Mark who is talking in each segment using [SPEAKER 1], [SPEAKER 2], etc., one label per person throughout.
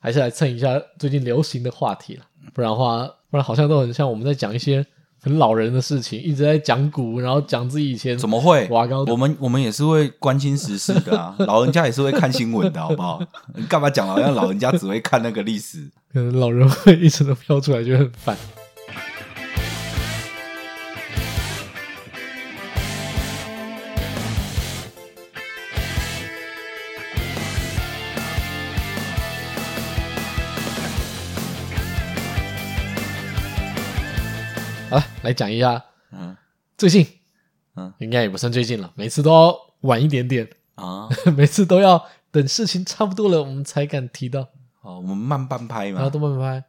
[SPEAKER 1] 还是来蹭一下最近流行的话题了，不然的话，不然好像都很像我们在讲一些很老人的事情，一直在讲古，然后讲自己以前
[SPEAKER 2] 怎么会？
[SPEAKER 1] 哇高
[SPEAKER 2] 我们我们也是会关心时事 的啊，老人家也是会看新闻的，好不好？你干嘛讲好像老人家只会看那个 历史？
[SPEAKER 1] 可能老人会一直都飘出来，觉得很烦。好了，来讲一下
[SPEAKER 2] 嗯
[SPEAKER 1] 最近，
[SPEAKER 2] 嗯，
[SPEAKER 1] 应该也不算最近了，每次都要晚一点 点，
[SPEAKER 2] 啊，
[SPEAKER 1] 每次都要等事情差不多了，我们才敢提到，
[SPEAKER 2] 哦，我们慢半拍
[SPEAKER 1] 然后
[SPEAKER 2] 嘛
[SPEAKER 1] 都。慢慢拍。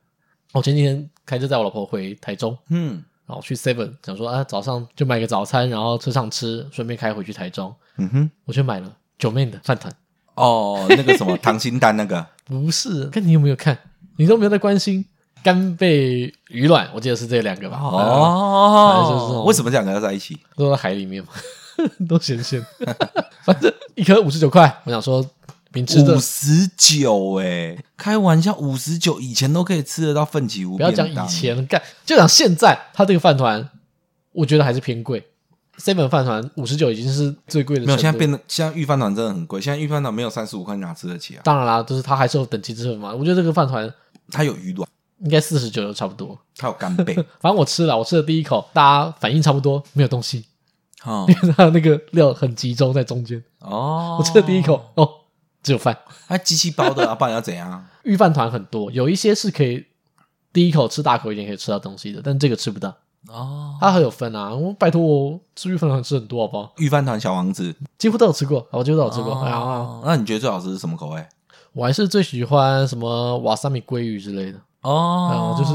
[SPEAKER 1] 我前几天开车载我老婆回台中，
[SPEAKER 2] 嗯
[SPEAKER 1] 然后去 Seven 想说啊，早上就买个早餐，然后车上吃，顺便开回去台中。
[SPEAKER 2] 嗯哼，
[SPEAKER 1] 我去买了九妹的饭团，
[SPEAKER 2] 哦，那个 什么溏心蛋那个，
[SPEAKER 1] 不是，看你有没有看，你都没有在关心干贝鱼卵，我记得是这两个吧？啊，反正就是这
[SPEAKER 2] 哦
[SPEAKER 1] 种
[SPEAKER 2] 为什么两个要在一起？
[SPEAKER 1] 都在海里面嘛， 都咸咸，反正一颗五十九块，我想说秉持着
[SPEAKER 2] 五十九哎，开玩笑，五十九以前都可以吃得到奋起无
[SPEAKER 1] 不要
[SPEAKER 2] 便
[SPEAKER 1] 讲
[SPEAKER 2] 当。
[SPEAKER 1] 以前干，就讲现在，他这个饭团，我觉得还是偏贵。seven 饭团五十九已经是最贵的程度，
[SPEAKER 2] 没有，现在变得现在玉饭团真的很贵，现在玉饭团没有三十五块哪吃得 起啊？
[SPEAKER 1] 当然啦，就是它还是有等级之分嘛。我觉得这个饭团
[SPEAKER 2] 它有鱼卵，
[SPEAKER 1] 应该四十九就差不多。
[SPEAKER 2] 它有干 贝，
[SPEAKER 1] 反正我吃了，我吃的第一口，大家反应差不多，没有东西，
[SPEAKER 2] 哦
[SPEAKER 1] 因为它那个料很集中在中间。
[SPEAKER 2] 哦
[SPEAKER 1] 我吃的第一口，哦，只有饭。
[SPEAKER 2] 它机器包的啊，不然要怎样？
[SPEAKER 1] 预饭团很多，有一些是可以第一口吃大口一点可以吃到东西的，但这个吃不到。
[SPEAKER 2] 哦，
[SPEAKER 1] 它还有分啊，我拜托我吃预饭团吃很多好不好？
[SPEAKER 2] 御饭团小王子，
[SPEAKER 1] 几乎都有吃过，我几乎都有吃过。然后
[SPEAKER 2] 哦，那你觉得最好吃是什么口味？
[SPEAKER 1] 我还是最喜欢什么瓦萨米鲑鱼之类的，哦
[SPEAKER 2] 哦
[SPEAKER 1] 就是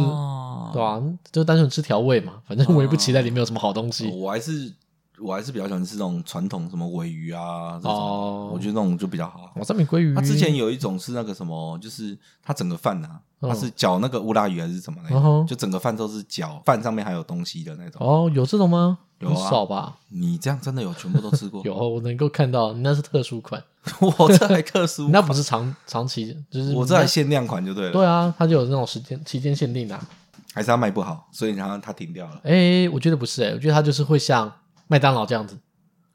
[SPEAKER 1] 对吧、就单纯吃调味嘛，反正我也
[SPEAKER 2] 哦
[SPEAKER 1] 不期待里面有什么好东西。
[SPEAKER 2] 我还是我还是比较喜欢吃那种传统什么尾鱼啊这种，
[SPEAKER 1] 哦嗯
[SPEAKER 2] 我觉得那种就比较好。
[SPEAKER 1] 瓦萨哦米鲑鱼，
[SPEAKER 2] 它之前有一种是那个什么，就是它整个饭啊，
[SPEAKER 1] 嗯
[SPEAKER 2] 它是搅那个乌拉鱼还是什么那
[SPEAKER 1] 嗯
[SPEAKER 2] 种，
[SPEAKER 1] 哼
[SPEAKER 2] 就整个饭都是搅饭上面还有东西的那种。
[SPEAKER 1] 哦，有这种吗？
[SPEAKER 2] 有啊
[SPEAKER 1] 很少吧？
[SPEAKER 2] 你这样真的有全部都吃过？
[SPEAKER 1] 有，我能够看到，你那是特殊款，
[SPEAKER 2] 我这还特殊
[SPEAKER 1] 你， 那不是长长期，就是
[SPEAKER 2] 我这还限量款就对了。
[SPEAKER 1] 对啊，它就有那种时间期间限定的、啊。
[SPEAKER 2] 还是它卖不好，所以然后它停掉了。
[SPEAKER 1] 哎、我觉得不是哎、我觉得它就是会像麦当劳这样子，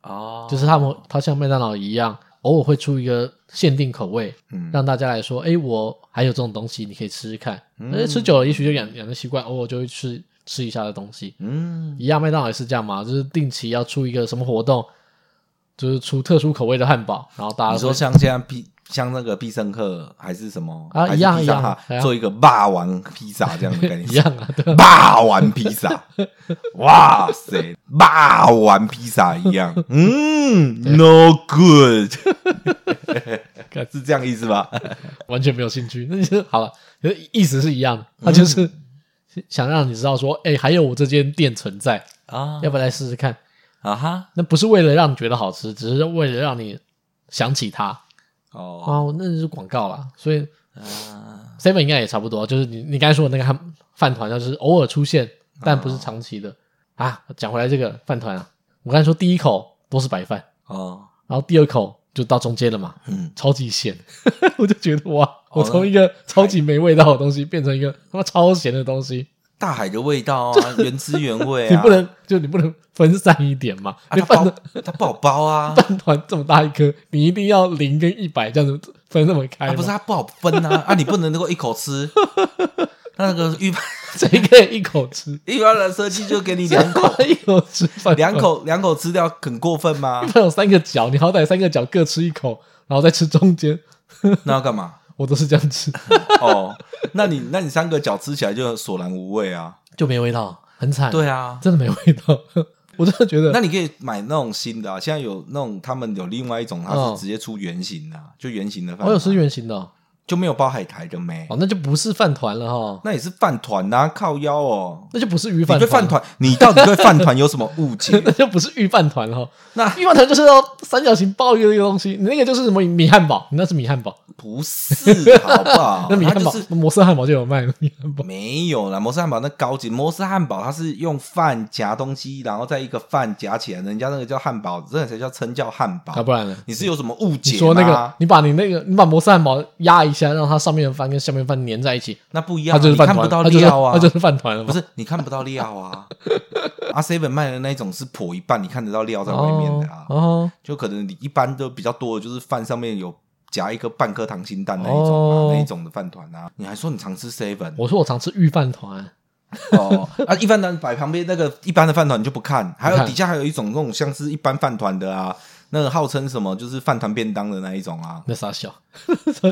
[SPEAKER 2] 哦
[SPEAKER 1] 就是他们它像麦当劳一样，偶尔会出一个限定口味，
[SPEAKER 2] 嗯
[SPEAKER 1] 让大家来说，哎、我还有这种东西，你可以吃吃看。
[SPEAKER 2] 嗯
[SPEAKER 1] 而且吃久了，也许就养养成习惯，偶尔就会吃吃一下的东西。
[SPEAKER 2] 嗯，
[SPEAKER 1] 一样，麦当劳也是这样嘛，就是定期要出一个什么活动，就是出特殊口味的汉堡，然后大家
[SPEAKER 2] 啊你说
[SPEAKER 1] 会
[SPEAKER 2] 像现在必像那个必胜客还是什么
[SPEAKER 1] 啊
[SPEAKER 2] 还是
[SPEAKER 1] 一样
[SPEAKER 2] 披萨
[SPEAKER 1] 一样
[SPEAKER 2] 哈
[SPEAKER 1] 哎呀
[SPEAKER 2] 做一个霸王披萨这样的概
[SPEAKER 1] 一
[SPEAKER 2] 念，
[SPEAKER 1] 样啊，对啊，
[SPEAKER 2] 霸王披萨，哇塞，霸王披萨一样， 嗯，no good，
[SPEAKER 1] 干
[SPEAKER 2] 是这样意思吧？
[SPEAKER 1] 完全没有兴趣。那 就是好了，就是意思是一样的，他就是想让你知道说，哎、还有我这间店存在，
[SPEAKER 2] 啊
[SPEAKER 1] 要不要来试试看？
[SPEAKER 2] 啊哈，
[SPEAKER 1] 那不是为了让你觉得好吃，只是为了让你想起它。
[SPEAKER 2] 哦，
[SPEAKER 1] 哦，那是广告啦，所以
[SPEAKER 2] 啊
[SPEAKER 1] Seven 应该也差不多，就是你你刚才说的那个汉饭团，就是偶尔出现，但不是长期的啊。讲回来这个饭团啊，我刚才说第一口都是白饭，
[SPEAKER 2] 哦，
[SPEAKER 1] 然后第二口就到中间了嘛，
[SPEAKER 2] 嗯，
[SPEAKER 1] 超级咸， 我就觉得哇，我从
[SPEAKER 2] 那
[SPEAKER 1] 一个超级没味道的东西变成一个 他妈超咸的东西，
[SPEAKER 2] 大海的味道啊，原汁原味啊，
[SPEAKER 1] 你不能就你不能分散一点嘛？
[SPEAKER 2] 啊，
[SPEAKER 1] 你
[SPEAKER 2] 它
[SPEAKER 1] 饭
[SPEAKER 2] 包
[SPEAKER 1] 团
[SPEAKER 2] 它不好包啊，
[SPEAKER 1] 饭团这么大一颗，你一定要零跟一百这样子分那么开
[SPEAKER 2] 啊
[SPEAKER 1] 吗、
[SPEAKER 2] 不是它不好分啊，啊，你不能能够一口吃， 那个一般
[SPEAKER 1] 谁可以一口 吃？
[SPEAKER 2] 一般的设计就给 你两口，
[SPEAKER 1] 一口吃饭团，
[SPEAKER 2] 两口两口吃掉很过分吗？
[SPEAKER 1] 它有三个角，你好歹三个角各吃一口，然后再吃中间，
[SPEAKER 2] 那要干嘛？
[SPEAKER 1] 我都是这样 吃，
[SPEAKER 2] 哦，那你那你三个脚吃起来就索然无味啊。
[SPEAKER 1] 就没味道，很惨，
[SPEAKER 2] 对啊，
[SPEAKER 1] 真的没味道。 我真的觉得，
[SPEAKER 2] 那你可以买那种新的啊。现在有那种他们有另外一种，它
[SPEAKER 1] 嗯
[SPEAKER 2] 是直接出圆形的啊、就圆形的饭。
[SPEAKER 1] 我有吃，圆形的哦，
[SPEAKER 2] 就没有包海苔的没。
[SPEAKER 1] 哦那就不是饭团了哈，
[SPEAKER 2] 那也是饭团呐、啊，靠腰哦。
[SPEAKER 1] 那就不是鱼
[SPEAKER 2] 你
[SPEAKER 1] 饭
[SPEAKER 2] 对饭，团，你到底对饭团有什么误 解
[SPEAKER 1] 那？就不是鱼饭团了哈。
[SPEAKER 2] 那
[SPEAKER 1] 鱼饭团就是要三角形包一个那个东西，你那个就是什么米汉堡，你那是米汉堡，？
[SPEAKER 2] 不是，好不好
[SPEAKER 1] 那米
[SPEAKER 2] 它
[SPEAKER 1] 汉
[SPEAKER 2] 就
[SPEAKER 1] 堡
[SPEAKER 2] 是
[SPEAKER 1] 摩斯汉堡就有卖米汉堡。
[SPEAKER 2] 没有啦，摩斯汉堡那高级，摩斯汉堡它是用饭夹东西，然后再一个饭夹起来，人家那个叫汉堡，这个才叫称叫汉堡。
[SPEAKER 1] 啊，不然呢？
[SPEAKER 2] 你是有什么误解
[SPEAKER 1] 你
[SPEAKER 2] 吗？
[SPEAKER 1] 说那个，你把你那个，你把摩斯汉堡压一下，让它上面的饭跟下面的饭粘在一起，
[SPEAKER 2] 那不一样
[SPEAKER 1] 它
[SPEAKER 2] 啊，
[SPEAKER 1] 就是
[SPEAKER 2] 你
[SPEAKER 1] 饭
[SPEAKER 2] 看不
[SPEAKER 1] 团，
[SPEAKER 2] 到
[SPEAKER 1] 它就是
[SPEAKER 2] 料啊，
[SPEAKER 1] 它就是饭团了嘛。
[SPEAKER 2] 不是你看不到 料啊。阿 seven 卖的那一种是剖一半，你看得到料在外面的啊
[SPEAKER 1] 哦。哦
[SPEAKER 2] 就可能你一般都比较多的就是饭上面有夹一颗半颗溏心蛋那一种
[SPEAKER 1] 哦
[SPEAKER 2] 啊，那一种的饭团啊。你还说你常吃 seven
[SPEAKER 1] 我说我常吃玉饭团，
[SPEAKER 2] 哦啊，一般的摆旁边那个一般的饭团你就不看，还
[SPEAKER 1] 不
[SPEAKER 2] 有
[SPEAKER 1] 看
[SPEAKER 2] 底下还有一种那种像是一般饭团的啊，那个号称什么就是饭团便当的那一 种啊。
[SPEAKER 1] 那傻笑。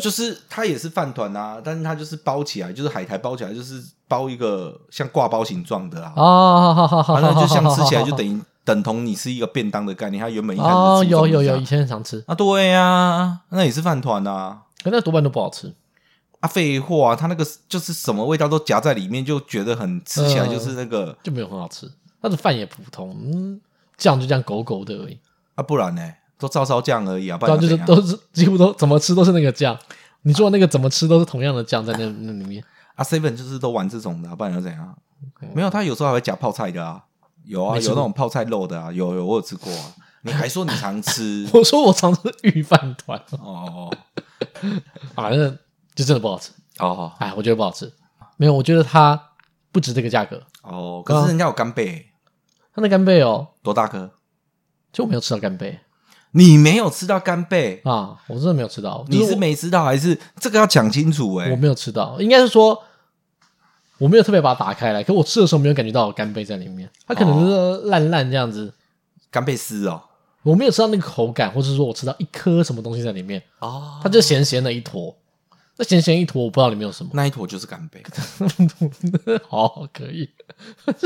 [SPEAKER 2] 就是它也是饭团啊，但是它就是包起来，就是海苔包起来，就是包一个像挂包形状的啊，
[SPEAKER 1] 哦，好好好好，
[SPEAKER 2] 反正就像吃起来
[SPEAKER 1] 好
[SPEAKER 2] 就
[SPEAKER 1] 好
[SPEAKER 2] 等于等同你是一个便当的概念，它原本一开始
[SPEAKER 1] 哦，
[SPEAKER 2] 是
[SPEAKER 1] 有
[SPEAKER 2] 这么
[SPEAKER 1] 有有，
[SPEAKER 2] 讲
[SPEAKER 1] 以前很常吃，
[SPEAKER 2] 啊，对呀、那也是饭团啊。
[SPEAKER 1] 可那多半都不好吃。
[SPEAKER 2] 啊，废话、它那个就是什么味道都夹在里面，就觉得很吃
[SPEAKER 1] 呃
[SPEAKER 2] 起来就是那个、
[SPEAKER 1] 就没有很好吃，它的饭也普通，嗯，酱就这样狗狗的而已，
[SPEAKER 2] 啊，不然呢，都照烧酱而已啊，不
[SPEAKER 1] 对啊，
[SPEAKER 2] 然
[SPEAKER 1] 就
[SPEAKER 2] 要
[SPEAKER 1] 是
[SPEAKER 2] 怎样
[SPEAKER 1] 都是几乎都怎么吃都是那个酱。你做那个怎么吃都是同样的酱在那 那里面，
[SPEAKER 2] 啊，seven 就是都玩这种的、啊，不然又怎样？没有，他有时候还会夹泡菜的啊，有啊，
[SPEAKER 1] 没
[SPEAKER 2] 有
[SPEAKER 1] 吃
[SPEAKER 2] 那
[SPEAKER 1] 过
[SPEAKER 2] 种泡菜肉的啊，有有我有吃过啊。你还说你常 吃
[SPEAKER 1] 我说我常吃玉饭团， 啊
[SPEAKER 2] 哦
[SPEAKER 1] 反正就真的不好吃，
[SPEAKER 2] 哦哦
[SPEAKER 1] 哎，我觉得不好吃。没有，我觉得它不值这个价格。
[SPEAKER 2] 哦，可是人家有干贝，
[SPEAKER 1] 它的干贝哦，
[SPEAKER 2] 多大颗？
[SPEAKER 1] 就我没有吃到干贝
[SPEAKER 2] 你没有吃到干贝，
[SPEAKER 1] 啊，我真的没有吃到。就
[SPEAKER 2] 你
[SPEAKER 1] 我
[SPEAKER 2] 是没吃到还是这个要讲清楚哎、
[SPEAKER 1] 我没有吃到，应该是说我没有特别把它打开来，可我吃的时候没有感觉到有干贝在里面，它可能就是烂烂这样子，
[SPEAKER 2] 干贝丝哦
[SPEAKER 1] 我没有吃到那个口感，或者说我吃到一颗什么东西在里面，
[SPEAKER 2] 哦，
[SPEAKER 1] 它就咸咸的一坨，那咸咸一坨我不知道里面有什 么。
[SPEAKER 2] 那一坨就是干贝
[SPEAKER 1] 好，可以，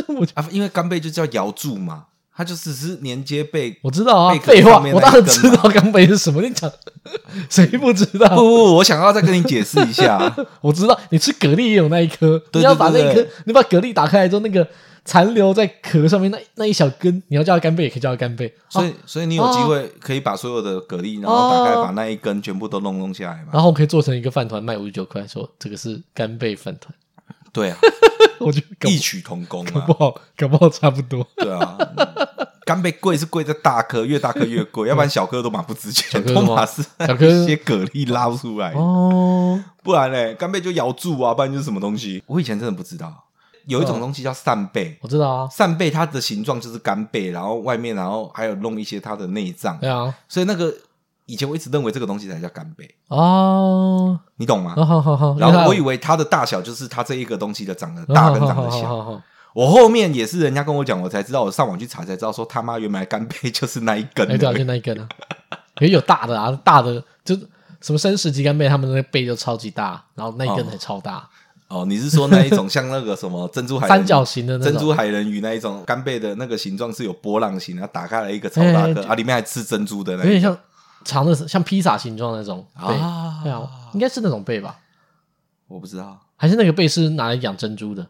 [SPEAKER 1] 我
[SPEAKER 2] 啊，因为干贝就叫瑶柱嘛，它就只是连接贝。
[SPEAKER 1] 我知道啊
[SPEAKER 2] 贝，壳
[SPEAKER 1] 废话
[SPEAKER 2] 上，面
[SPEAKER 1] 我
[SPEAKER 2] 那
[SPEAKER 1] 当
[SPEAKER 2] 一
[SPEAKER 1] 然
[SPEAKER 2] 根
[SPEAKER 1] 知
[SPEAKER 2] 嘛
[SPEAKER 1] 道干贝是什么，你讲谁不知
[SPEAKER 2] 不
[SPEAKER 1] 道？
[SPEAKER 2] 不不，我想要再跟你解释一下，啊
[SPEAKER 1] 我知道你吃蛤蜊也有那一颗，
[SPEAKER 2] 对
[SPEAKER 1] 你要把那
[SPEAKER 2] 对
[SPEAKER 1] 一
[SPEAKER 2] 对
[SPEAKER 1] 颗，你把蛤蜊打开来之后，那个残留在壳上面那那一小根，你要叫它干贝也可以叫它干贝，
[SPEAKER 2] 所
[SPEAKER 1] 啊
[SPEAKER 2] 以所以你有机会可以把所有的蛤蜊，然后打开
[SPEAKER 1] 哦
[SPEAKER 2] 把那一根全部都弄弄下来嘛。
[SPEAKER 1] 然后我可以做成一个饭团卖五十九块，说这个是干贝饭 团，
[SPEAKER 2] 对 啊，
[SPEAKER 1] 我觉得搞
[SPEAKER 2] 异曲同工
[SPEAKER 1] 搞
[SPEAKER 2] 啊
[SPEAKER 1] 不，好搞不好差不多。
[SPEAKER 2] 对啊。干贝贵是贵在大颗，越大颗越 贵，要不然小颗都蛮不值钱，
[SPEAKER 1] 小颗
[SPEAKER 2] 都
[SPEAKER 1] 的吗
[SPEAKER 2] 嘛是
[SPEAKER 1] 小颗
[SPEAKER 2] 一些蛤蜊捞出来的，
[SPEAKER 1] 哦，
[SPEAKER 2] 不然嘞，干贝就咬住啊，不然就是什么东西。我以前真的不知道，有一种东西叫扇贝，
[SPEAKER 1] 我知道啊，
[SPEAKER 2] 扇贝它的形状就是干贝，然后外面然后还有弄一些它的内脏，
[SPEAKER 1] 对啊，
[SPEAKER 2] 所以那个以前我一直认为这个东西才叫干贝，
[SPEAKER 1] 哦，
[SPEAKER 2] 你懂吗？
[SPEAKER 1] 好好好好，
[SPEAKER 2] 然后我以
[SPEAKER 1] 哦为
[SPEAKER 2] 为它的大小就是它这一个东西的长得大跟长得
[SPEAKER 1] 哦好
[SPEAKER 2] 小。
[SPEAKER 1] 好好，
[SPEAKER 2] 我后面也是人家跟我讲，我才知道，我上网去查才知道，说他妈原来干贝 就是那一根
[SPEAKER 1] 哎，对啊，就
[SPEAKER 2] 的。
[SPEAKER 1] 那一根啊，也有大的啊，大的就是什么生食级干贝，他们那个贝就超级大，然后那一根
[SPEAKER 2] 哦
[SPEAKER 1] 还超大，
[SPEAKER 2] 哦，你是说那一种像那个什么珍珠海 人
[SPEAKER 1] 三角形的那
[SPEAKER 2] 珍
[SPEAKER 1] 种，
[SPEAKER 2] 珠海人鱼那一种干贝的那个形状是有波浪形，然后打开来一个超大颗
[SPEAKER 1] 哎
[SPEAKER 2] 啊，里面还吃珍珠的
[SPEAKER 1] 有
[SPEAKER 2] 那一
[SPEAKER 1] 点
[SPEAKER 2] 种
[SPEAKER 1] 像长的像披萨形状那种贝，对啊，
[SPEAKER 2] 啊，
[SPEAKER 1] 应该是那种贝吧？
[SPEAKER 2] 我不知道
[SPEAKER 1] 还是那个贝是拿来养珍珠的？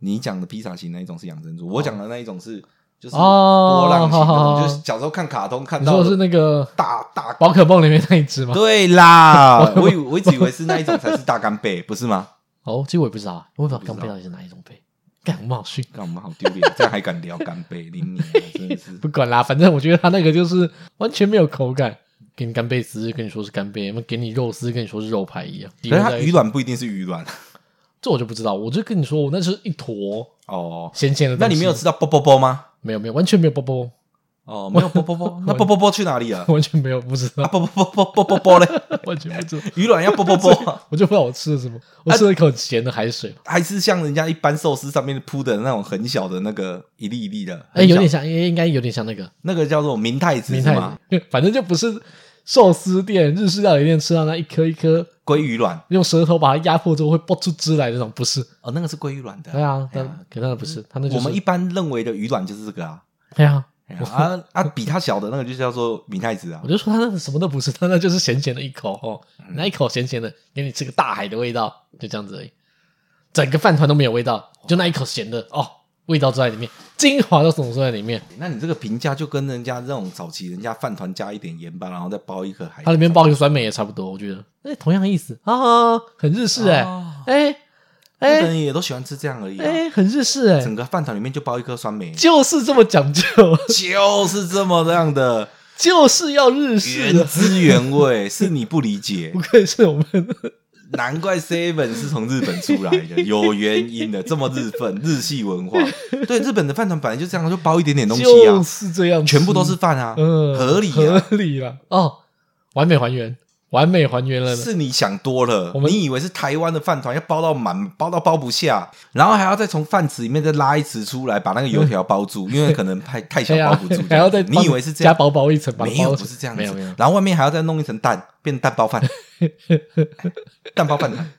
[SPEAKER 2] 你讲的披萨型那一种是养珍珠，我讲的那一种是就是
[SPEAKER 1] 哦
[SPEAKER 2] 波浪形
[SPEAKER 1] 好好好
[SPEAKER 2] 的，就是小时候看卡通看
[SPEAKER 1] 你
[SPEAKER 2] 到
[SPEAKER 1] 说
[SPEAKER 2] 的
[SPEAKER 1] 的是那个
[SPEAKER 2] 大大
[SPEAKER 1] 宝可梦里面那一只吗？
[SPEAKER 2] 对 啦，我以为我一直以为是那一种才是大干贝，不是吗？
[SPEAKER 1] 哦，其实我也不知道啊，我也不知道
[SPEAKER 2] 知道
[SPEAKER 1] 干贝到底是哪一种贝，干我们好逊。
[SPEAKER 2] 看我们好丢脸，这 样还敢聊干贝，林你啊真 的是。
[SPEAKER 1] 不管啦，反正我觉得他那个就是完全没有口感，给你干贝丝跟你说是干贝，给你肉丝跟你说是肉排一样。
[SPEAKER 2] 可是它
[SPEAKER 1] 在一起
[SPEAKER 2] 鱼卵不一定是鱼卵
[SPEAKER 1] 这我就不知道，我就跟你说，我那是一坨
[SPEAKER 2] 哦。
[SPEAKER 1] 咸咸的
[SPEAKER 2] 那
[SPEAKER 1] 东西。
[SPEAKER 2] 你没有吃到啵啵啵吗？
[SPEAKER 1] 没有没有完全没有啵啵，
[SPEAKER 2] 哦，没有啵啵啵，那啵啵啵去哪里了？
[SPEAKER 1] 完全没有，不知
[SPEAKER 2] 啊，
[SPEAKER 1] 道，
[SPEAKER 2] 啵啵啵啵啵啵啵 嘞，
[SPEAKER 1] 完全不知道，
[SPEAKER 2] 鱼卵要啵啵啵，
[SPEAKER 1] 我就不知道我吃了
[SPEAKER 2] 啊
[SPEAKER 1] 什么，我吃了一口咸的海水，
[SPEAKER 2] 还是像人家一般寿司上面铺的那种很小的那个一粒一粒的，
[SPEAKER 1] 哎、
[SPEAKER 2] 很小
[SPEAKER 1] 有点像，应该有点像那个
[SPEAKER 2] 那个叫做明太子
[SPEAKER 1] 明
[SPEAKER 2] 是
[SPEAKER 1] 太
[SPEAKER 2] 吗？
[SPEAKER 1] 子，反正就不是寿司店、日式料理店吃到那一颗一颗
[SPEAKER 2] 鲑鱼卵
[SPEAKER 1] 用舌头把它压迫之后会爆出汁来的那种，不是。
[SPEAKER 2] 哦，那个是鲑鱼卵的。
[SPEAKER 1] 对啊，
[SPEAKER 2] 哎
[SPEAKER 1] 但
[SPEAKER 2] 呀
[SPEAKER 1] 可当然不是，他那就是
[SPEAKER 2] 我们一般认为的鱼卵就是这个啊。
[SPEAKER 1] 对啊，
[SPEAKER 2] 哎呀 啊啊！比它小的那个就叫做明太 子啊
[SPEAKER 1] 我。就说他那什么都不是，他那就是咸咸的一口哦，
[SPEAKER 2] 嗯
[SPEAKER 1] 那一口咸咸的，给你吃个大海的味道，就这样子而已，整个饭团都没有味道，就那一口咸的哦，味道都在里面，精华都总是在里面，
[SPEAKER 2] 那你这个评价就跟人家这种早期人家饭团加一点盐巴，然后再包一颗海
[SPEAKER 1] 它里面包一个酸梅也差不多，我觉得，哎，同样的意思啊，很日式哎、
[SPEAKER 2] 哦
[SPEAKER 1] 哎
[SPEAKER 2] 日本
[SPEAKER 1] 哎
[SPEAKER 2] 人也都喜欢吃这样而已、啊。
[SPEAKER 1] 哎，很日式哎、
[SPEAKER 2] 整个饭团里面就包一颗酸梅，
[SPEAKER 1] 就是这么讲究，
[SPEAKER 2] 就是这么这样的。
[SPEAKER 1] 就是要日式
[SPEAKER 2] 原
[SPEAKER 1] 的，
[SPEAKER 2] 汁原味， 是你不理解
[SPEAKER 1] 不，愧是我们
[SPEAKER 2] 难怪 Seven 是从日本出来 的，有原因的，这么日本日系文化，对日本的饭团本来就这样，就包一点点东西
[SPEAKER 1] 就
[SPEAKER 2] 啊，
[SPEAKER 1] 是这样吃，
[SPEAKER 2] 全部都是饭啊，
[SPEAKER 1] 嗯
[SPEAKER 2] 合理啊，
[SPEAKER 1] 合理啦，哦，完美还原，完美还原了呢，
[SPEAKER 2] 是你想多了
[SPEAKER 1] 我，们
[SPEAKER 2] 你以为是台湾的饭团要包到满，包到包不下，然后还要再从饭池里面再拉一匙出来，把那个油条 包住，因为可能太太小
[SPEAKER 1] 哎呀
[SPEAKER 2] 包不住。
[SPEAKER 1] 还要再
[SPEAKER 2] 你以为是这
[SPEAKER 1] 加
[SPEAKER 2] 样？
[SPEAKER 1] 薄薄一层，把它
[SPEAKER 2] 没有，
[SPEAKER 1] 包
[SPEAKER 2] 不是这样子。
[SPEAKER 1] 没有没有，
[SPEAKER 2] 然后外面还要再弄一层蛋，变蛋包饭， 蛋包饭 团。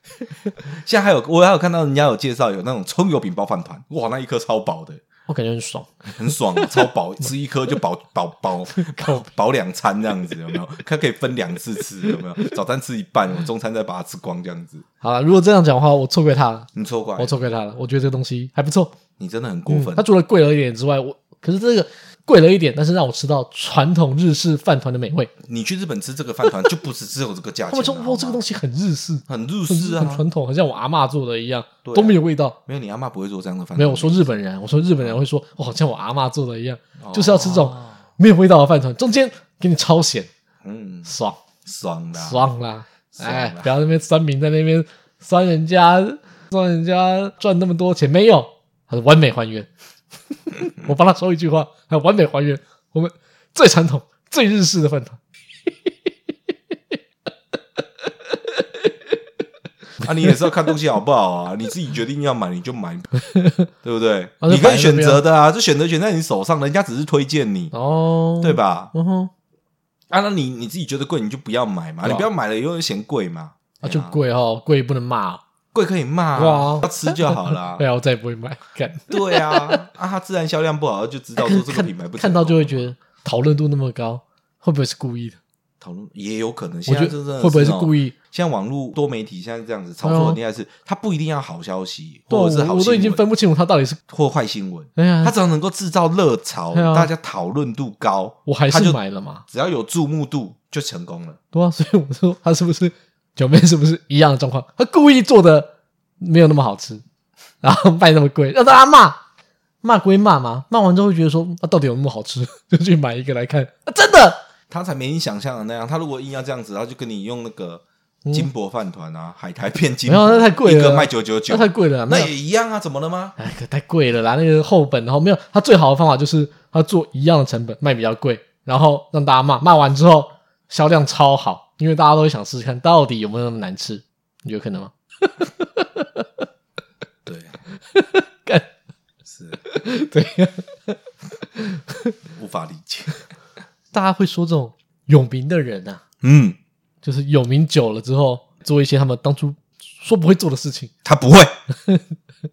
[SPEAKER 2] 现在还有，我还有看到人家有介绍有那种葱油饼包饭团，哇，那一颗超薄的，
[SPEAKER 1] 我感觉很爽，
[SPEAKER 2] 很爽，超 饱，吃一颗就饱饱饱饱饱两餐这样子，有没有？它可以分两次吃，有没有？早餐吃一半，我中餐再把它吃光，这样子。
[SPEAKER 1] 好了，如果这样讲的话，我错怪他了，
[SPEAKER 2] 你错怪
[SPEAKER 1] 我
[SPEAKER 2] 了，
[SPEAKER 1] 错怪他了。我觉得这个东西还不错，
[SPEAKER 2] 你真的很过分
[SPEAKER 1] 嗯。它除了贵了一点之外，我可是这个贵了一点，但是让我吃到传统日式饭团的美味。
[SPEAKER 2] 你去日本吃这个饭团，就不是只有这个价
[SPEAKER 1] 他
[SPEAKER 2] 钱
[SPEAKER 1] 们
[SPEAKER 2] 啊，
[SPEAKER 1] 说
[SPEAKER 2] 好
[SPEAKER 1] 哇，
[SPEAKER 2] 吗
[SPEAKER 1] 这个东西很日式，
[SPEAKER 2] 很入
[SPEAKER 1] 很
[SPEAKER 2] 世
[SPEAKER 1] 很
[SPEAKER 2] 啊。
[SPEAKER 1] 传统，很像我阿嬷做的一样，
[SPEAKER 2] 对啊
[SPEAKER 1] 都没有味道。
[SPEAKER 2] 没有，你阿妈不会做这样的饭团。
[SPEAKER 1] 没有，我说日本人，我说日本人会说，哦，好像我阿嬷做的一样，
[SPEAKER 2] 哦
[SPEAKER 1] 就是要吃这种没有味道的饭团，中间给你超咸，
[SPEAKER 2] 嗯，
[SPEAKER 1] 爽
[SPEAKER 2] 爽啦，
[SPEAKER 1] 爽啦！
[SPEAKER 2] 爽啦
[SPEAKER 1] 哎，不要那边酸民在那边酸人家，酸人家赚那么多钱没有，他完美还原。 我帮他说一句话，他完美还原我们最传统、最日式的饭团。
[SPEAKER 2] 啊，你也是要看东西好不好啊，你自己决定要买你 就买，对不对？
[SPEAKER 1] 啊
[SPEAKER 2] 你可以
[SPEAKER 1] 就摆在那
[SPEAKER 2] 选
[SPEAKER 1] 边
[SPEAKER 2] 择的啊，这选择权在你手上，人家只是推荐你，
[SPEAKER 1] 哦，
[SPEAKER 2] 对？吧？
[SPEAKER 1] 嗯哼，
[SPEAKER 2] 啊，那你你自己觉得贵，你就不要买嘛，
[SPEAKER 1] 对啊
[SPEAKER 2] 你不要买了，又为嫌贵嘛。
[SPEAKER 1] 啊，
[SPEAKER 2] 对
[SPEAKER 1] 就贵哦，贵不能骂哦。
[SPEAKER 2] 贵可以骂啊
[SPEAKER 1] 哇，
[SPEAKER 2] 要吃就好啦
[SPEAKER 1] 对。啊，我再也不会买。看
[SPEAKER 2] 对啊，啊，它自然销量不好，就知道说这个品牌不成
[SPEAKER 1] 看到就
[SPEAKER 2] 功
[SPEAKER 1] 会觉得讨论度那么高，会不会是故意的？
[SPEAKER 2] 讨论也有可能，
[SPEAKER 1] 我
[SPEAKER 2] 现在
[SPEAKER 1] 觉
[SPEAKER 2] 真
[SPEAKER 1] 得会
[SPEAKER 2] 的
[SPEAKER 1] 不会是
[SPEAKER 2] 意？
[SPEAKER 1] 故意？
[SPEAKER 2] 现在网络多媒体现在这样子炒
[SPEAKER 1] 哎
[SPEAKER 2] 作
[SPEAKER 1] 呦
[SPEAKER 2] 很厉害是，它不一定要好消息，
[SPEAKER 1] 对啊，
[SPEAKER 2] 或者是
[SPEAKER 1] 我
[SPEAKER 2] 好
[SPEAKER 1] 我都已
[SPEAKER 2] 新
[SPEAKER 1] 经
[SPEAKER 2] 闻，
[SPEAKER 1] 分不清楚他到底是
[SPEAKER 2] 或坏新闻，
[SPEAKER 1] 哎呀
[SPEAKER 2] 它，只要能够制造热潮，
[SPEAKER 1] 哎呀
[SPEAKER 2] 大家讨论度高，
[SPEAKER 1] 我还
[SPEAKER 2] 他就是
[SPEAKER 1] 买了嘛。
[SPEAKER 2] 只要有注目度就成功了。
[SPEAKER 1] 对啊，所以我说他是不是九妹是不是一样的状况？他故意做的没有那么好吃，然后卖那么贵，让大家骂，骂归骂嘛，骂完之后会觉得说啊，到底有那么好吃？ 就去买一个来看，啊、真的
[SPEAKER 2] 它才没你想象的那样。它如果硬要这样子，它就跟你用那个金箔饭团啊、海苔片金
[SPEAKER 1] 嗯
[SPEAKER 2] 箔，
[SPEAKER 1] 没有那太贵了
[SPEAKER 2] 一个卖九九九
[SPEAKER 1] 那，太贵了，
[SPEAKER 2] 那
[SPEAKER 1] 没有
[SPEAKER 2] 也，一样啊，怎么了吗？
[SPEAKER 1] 哎，可太贵了啦，那个厚本，然后没有，他最好的方法就是他做一样的成本卖比较贵，然后让大家骂，骂完之后销量超好，因为大家都会想试试看到底有没有那么难吃，你觉得可能吗？
[SPEAKER 2] 对啊，
[SPEAKER 1] 干
[SPEAKER 2] 是
[SPEAKER 1] 对呀、
[SPEAKER 2] 无法理解。
[SPEAKER 1] 大家会说这种有名的人啊，
[SPEAKER 2] 嗯，
[SPEAKER 1] 就是有名久了之后，做一些他们当初说不会做的事情，
[SPEAKER 2] 他不会，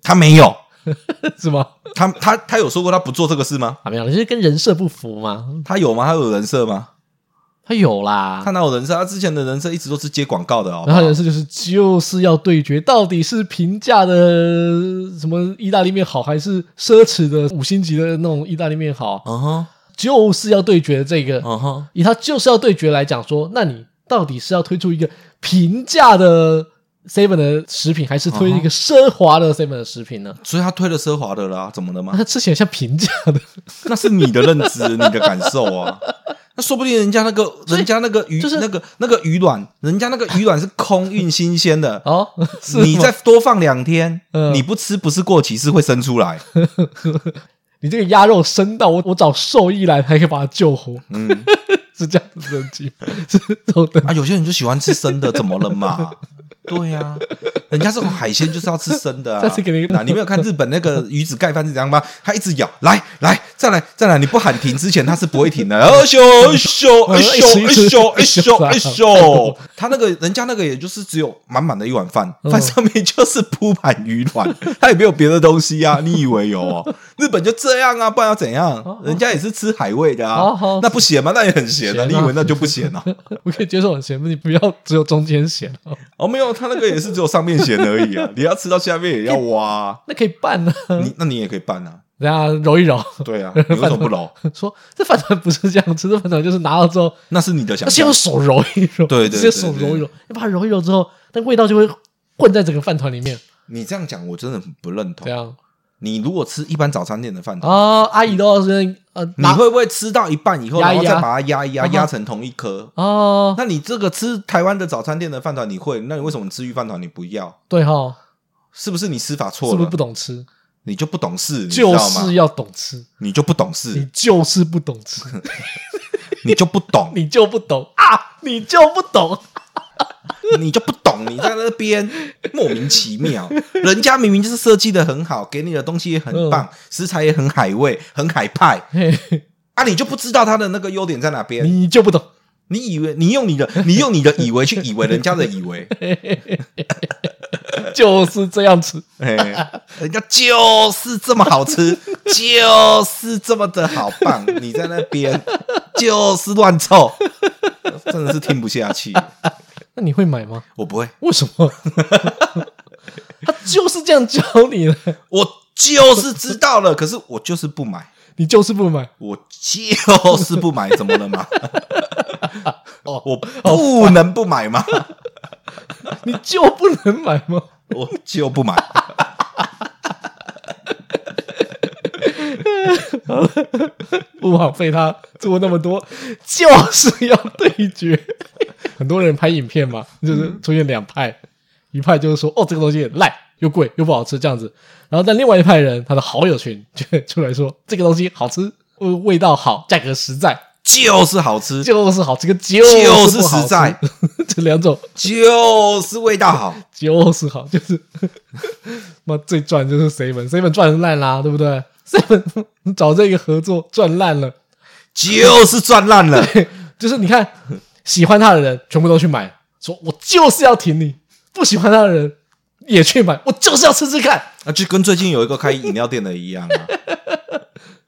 [SPEAKER 2] 他没有，
[SPEAKER 1] 是吗？
[SPEAKER 2] 他他他有说过他不做这个事吗？
[SPEAKER 1] 啊，没有，就是跟人设不符嘛。
[SPEAKER 2] 他有吗？他有人设吗？
[SPEAKER 1] 他有啦，
[SPEAKER 2] 他哪有人设？他之前的人设一直都是接广告的哦。
[SPEAKER 1] 然后人设就是就是要对决，到底是平价的什么意大利面好，还是奢侈的五星级的那种意大利面好，
[SPEAKER 2] 嗯哼，
[SPEAKER 1] 就是要对决这个。
[SPEAKER 2] 嗯哼，
[SPEAKER 1] 以他就是要对决来讲说，那你到底是要推出一个平价的 seven 的食品，还是推一个奢华的 seven 的食品呢？
[SPEAKER 2] 所以他推了奢华的啦，怎么了
[SPEAKER 1] 那
[SPEAKER 2] 吗？
[SPEAKER 1] 它吃起来像平价的，
[SPEAKER 2] 那是你的认知，你的感受 啊。那说不定人家那个，
[SPEAKER 1] 所以
[SPEAKER 2] 人家那个鱼，
[SPEAKER 1] 就是，
[SPEAKER 2] 那个那个鱼卵，人家那个鱼卵是空运新鲜的
[SPEAKER 1] 哦， 是
[SPEAKER 2] 你
[SPEAKER 1] 吗
[SPEAKER 2] 再多放两天，
[SPEAKER 1] 嗯
[SPEAKER 2] 你不吃不是过期，是会生出来。
[SPEAKER 1] 你这个鸭肉生到我，我找兽医来还可以把它救活，
[SPEAKER 2] 嗯，
[SPEAKER 1] 是这样子的鸡，是这种的。
[SPEAKER 2] 啊，有些人就喜欢吃生的，怎么了嘛？ 对呀、人家这种海鲜就是要吃生的、啊。
[SPEAKER 1] 下次给你
[SPEAKER 2] 啊，你没有看日本那个鱼子盖饭是怎样吗？他一直咬，来来，再来再来，你不喊停之前他是不会停 的。哎咻哎咻哎咻哎咻哎咻哎咻，他那个人家那个也就是只有满满的一碗饭，饭上面就是铺满鱼卵， 他也没有别的东西啊。你以为有哦？日本就这样啊，不然要怎样？人家也是吃海味的
[SPEAKER 1] 好
[SPEAKER 2] 啊
[SPEAKER 1] 好，
[SPEAKER 2] 那不咸吗？那也很咸啊。
[SPEAKER 1] 咸啊
[SPEAKER 2] 你以为那就不咸啊？
[SPEAKER 1] 我可以接受很咸，你不要只有中间咸哦，
[SPEAKER 2] 哦，没有，他那个也是只有上面咸而已啊，你要吃到下面也要挖啊、
[SPEAKER 1] 那可以拌呢、啊。
[SPEAKER 2] 你那你也可以拌啊，
[SPEAKER 1] 等下揉一揉，
[SPEAKER 2] 对 啊，你为什么不揉？
[SPEAKER 1] 说这饭团不是这样吃，这饭团就是拿到之后，
[SPEAKER 2] 那是你的想
[SPEAKER 1] 要先
[SPEAKER 2] 象
[SPEAKER 1] 用，手揉一揉，
[SPEAKER 2] 对对对
[SPEAKER 1] 直接手揉一揉，你把它揉一揉之后，那味道就会混在整个饭团里面，啊
[SPEAKER 2] 你这样讲我真的很不认同
[SPEAKER 1] 这。样
[SPEAKER 2] 你如果吃一般早餐店的饭团，
[SPEAKER 1] 哦，阿姨都是呃，
[SPEAKER 2] 你会不会吃到一半以后，
[SPEAKER 1] 压一
[SPEAKER 2] 然后再
[SPEAKER 1] 压
[SPEAKER 2] 把它压一压，
[SPEAKER 1] 嗯哼
[SPEAKER 2] 压成同一颗？
[SPEAKER 1] 哦，
[SPEAKER 2] 那你这个吃台湾的早餐店的饭团你会，那你为什么吃鱼饭团你不要？
[SPEAKER 1] 对哈，
[SPEAKER 2] 是不是你吃法错
[SPEAKER 1] 是不
[SPEAKER 2] 了？
[SPEAKER 1] 是不懂吃？
[SPEAKER 2] 你就不懂事，你知道
[SPEAKER 1] 就
[SPEAKER 2] 吗？
[SPEAKER 1] 是要懂吃，
[SPEAKER 2] 你就不懂
[SPEAKER 1] 你
[SPEAKER 2] 事，
[SPEAKER 1] 就是不懂吃，
[SPEAKER 2] 你就不懂，
[SPEAKER 1] 你就不懂啊，你就不懂。
[SPEAKER 2] 你就不懂，你在那边莫名其妙。人家明明就是设计的很好，给你的东西也很棒，食材也很海味，很海派
[SPEAKER 1] 嘿
[SPEAKER 2] 啊，你就不知道它的那个优点在哪边。
[SPEAKER 1] 你就不懂，
[SPEAKER 2] 你以为你用你的，你用你的以为去以为人家的以为，
[SPEAKER 1] 就是这样吃。
[SPEAKER 2] 哎，人家就是这么好吃，就是这么的好棒，你在那边就是乱凑，真的是听不下去。
[SPEAKER 1] 那你会买吗？
[SPEAKER 2] 我不会，
[SPEAKER 1] 为什么？ 他就是这样教你的，
[SPEAKER 2] 我就是知道了，可是我就是不买，
[SPEAKER 1] 你就是不买。
[SPEAKER 2] 我就是不买，怎么了嘛？
[SPEAKER 1] 哦
[SPEAKER 2] 我不能不买吗？
[SPEAKER 1] 你就不能买吗？
[SPEAKER 2] 我就不买。
[SPEAKER 1] 不枉费他做那么多，就是要对决。嗯很多人拍影片嘛，就是出现两派，一派就是说哦这个东西很烂，又贵又不好吃这样子，然后但另外一派人他的好友群就会出来说这个东西好吃，味味道好，价格实在，
[SPEAKER 2] 就是好吃，
[SPEAKER 1] 就是好吃跟就
[SPEAKER 2] 就是
[SPEAKER 1] 是不好
[SPEAKER 2] 实
[SPEAKER 1] 吃
[SPEAKER 2] 在，
[SPEAKER 1] 这两种
[SPEAKER 2] 就是味道好。
[SPEAKER 1] 就是好，就是 妈最赚就是 seven，seven 赚烂啦，对不对？seven 找这个合作赚烂了。
[SPEAKER 2] 就是赚烂 了，
[SPEAKER 1] 就是你看，喜欢他的人全部都去买，说我就是要挺你；不喜欢他的人也去买，我就是要吃吃看。
[SPEAKER 2] 啊，就跟最近有一个开饮料店的一样啊。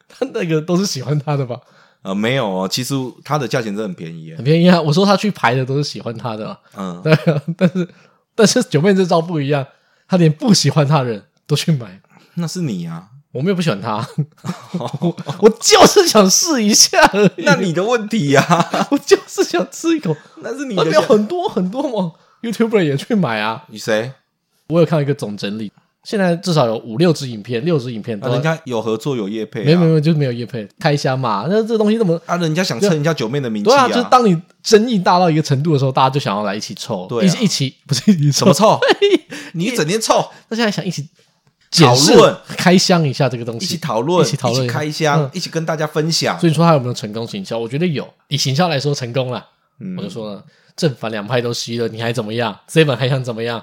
[SPEAKER 1] 他那个都是喜欢他的吧？
[SPEAKER 2] 呃，没有哦，其实它的价钱真的很便宜耶
[SPEAKER 1] 很。便宜啊！我说他去排的都是喜欢他的、啊，
[SPEAKER 2] 嗯，
[SPEAKER 1] 对啊。但是但是九妹这招不一样，她连不喜欢他的人都去买。
[SPEAKER 2] 那是你啊，
[SPEAKER 1] 我没有不喜欢他， 我我就是想试一下而已。
[SPEAKER 2] 那你的问题呀、啊，
[SPEAKER 1] 我就是想吃一口，
[SPEAKER 2] 那是你
[SPEAKER 1] 那哦
[SPEAKER 2] 的
[SPEAKER 1] 边有
[SPEAKER 2] 价。
[SPEAKER 1] 很多很多嘛，YouTuber 也去买啊。
[SPEAKER 2] 你谁？
[SPEAKER 1] 我有看到一个总整理，现在至少有五六支影片，六支影片
[SPEAKER 2] 啊，
[SPEAKER 1] 都在、
[SPEAKER 2] 人家有合作有业配、啊，
[SPEAKER 1] 没有没有没有就是没有叶配开箱嘛。那这东西那么
[SPEAKER 2] 啊，人家想蹭人家九妹的名气
[SPEAKER 1] 对啊，就是当你争议大到一个程度的时候，大家就想要来一起凑，
[SPEAKER 2] 对啊
[SPEAKER 1] 一起一起不是一起
[SPEAKER 2] 什
[SPEAKER 1] 凑
[SPEAKER 2] 么，臭？你整天臭，
[SPEAKER 1] 那现在想一起解释
[SPEAKER 2] 讨论
[SPEAKER 1] 开箱一下这个东
[SPEAKER 2] 一
[SPEAKER 1] 西，
[SPEAKER 2] 起讨论，
[SPEAKER 1] 一起讨论
[SPEAKER 2] 一起开箱，
[SPEAKER 1] 嗯
[SPEAKER 2] 一起跟大家分享。
[SPEAKER 1] 所以说他有没有成功行销？我觉得有，以行销来说成功了。
[SPEAKER 2] 嗯
[SPEAKER 1] 我就说呢，正反两派都吸了，你还怎么样？seven 还想怎么样？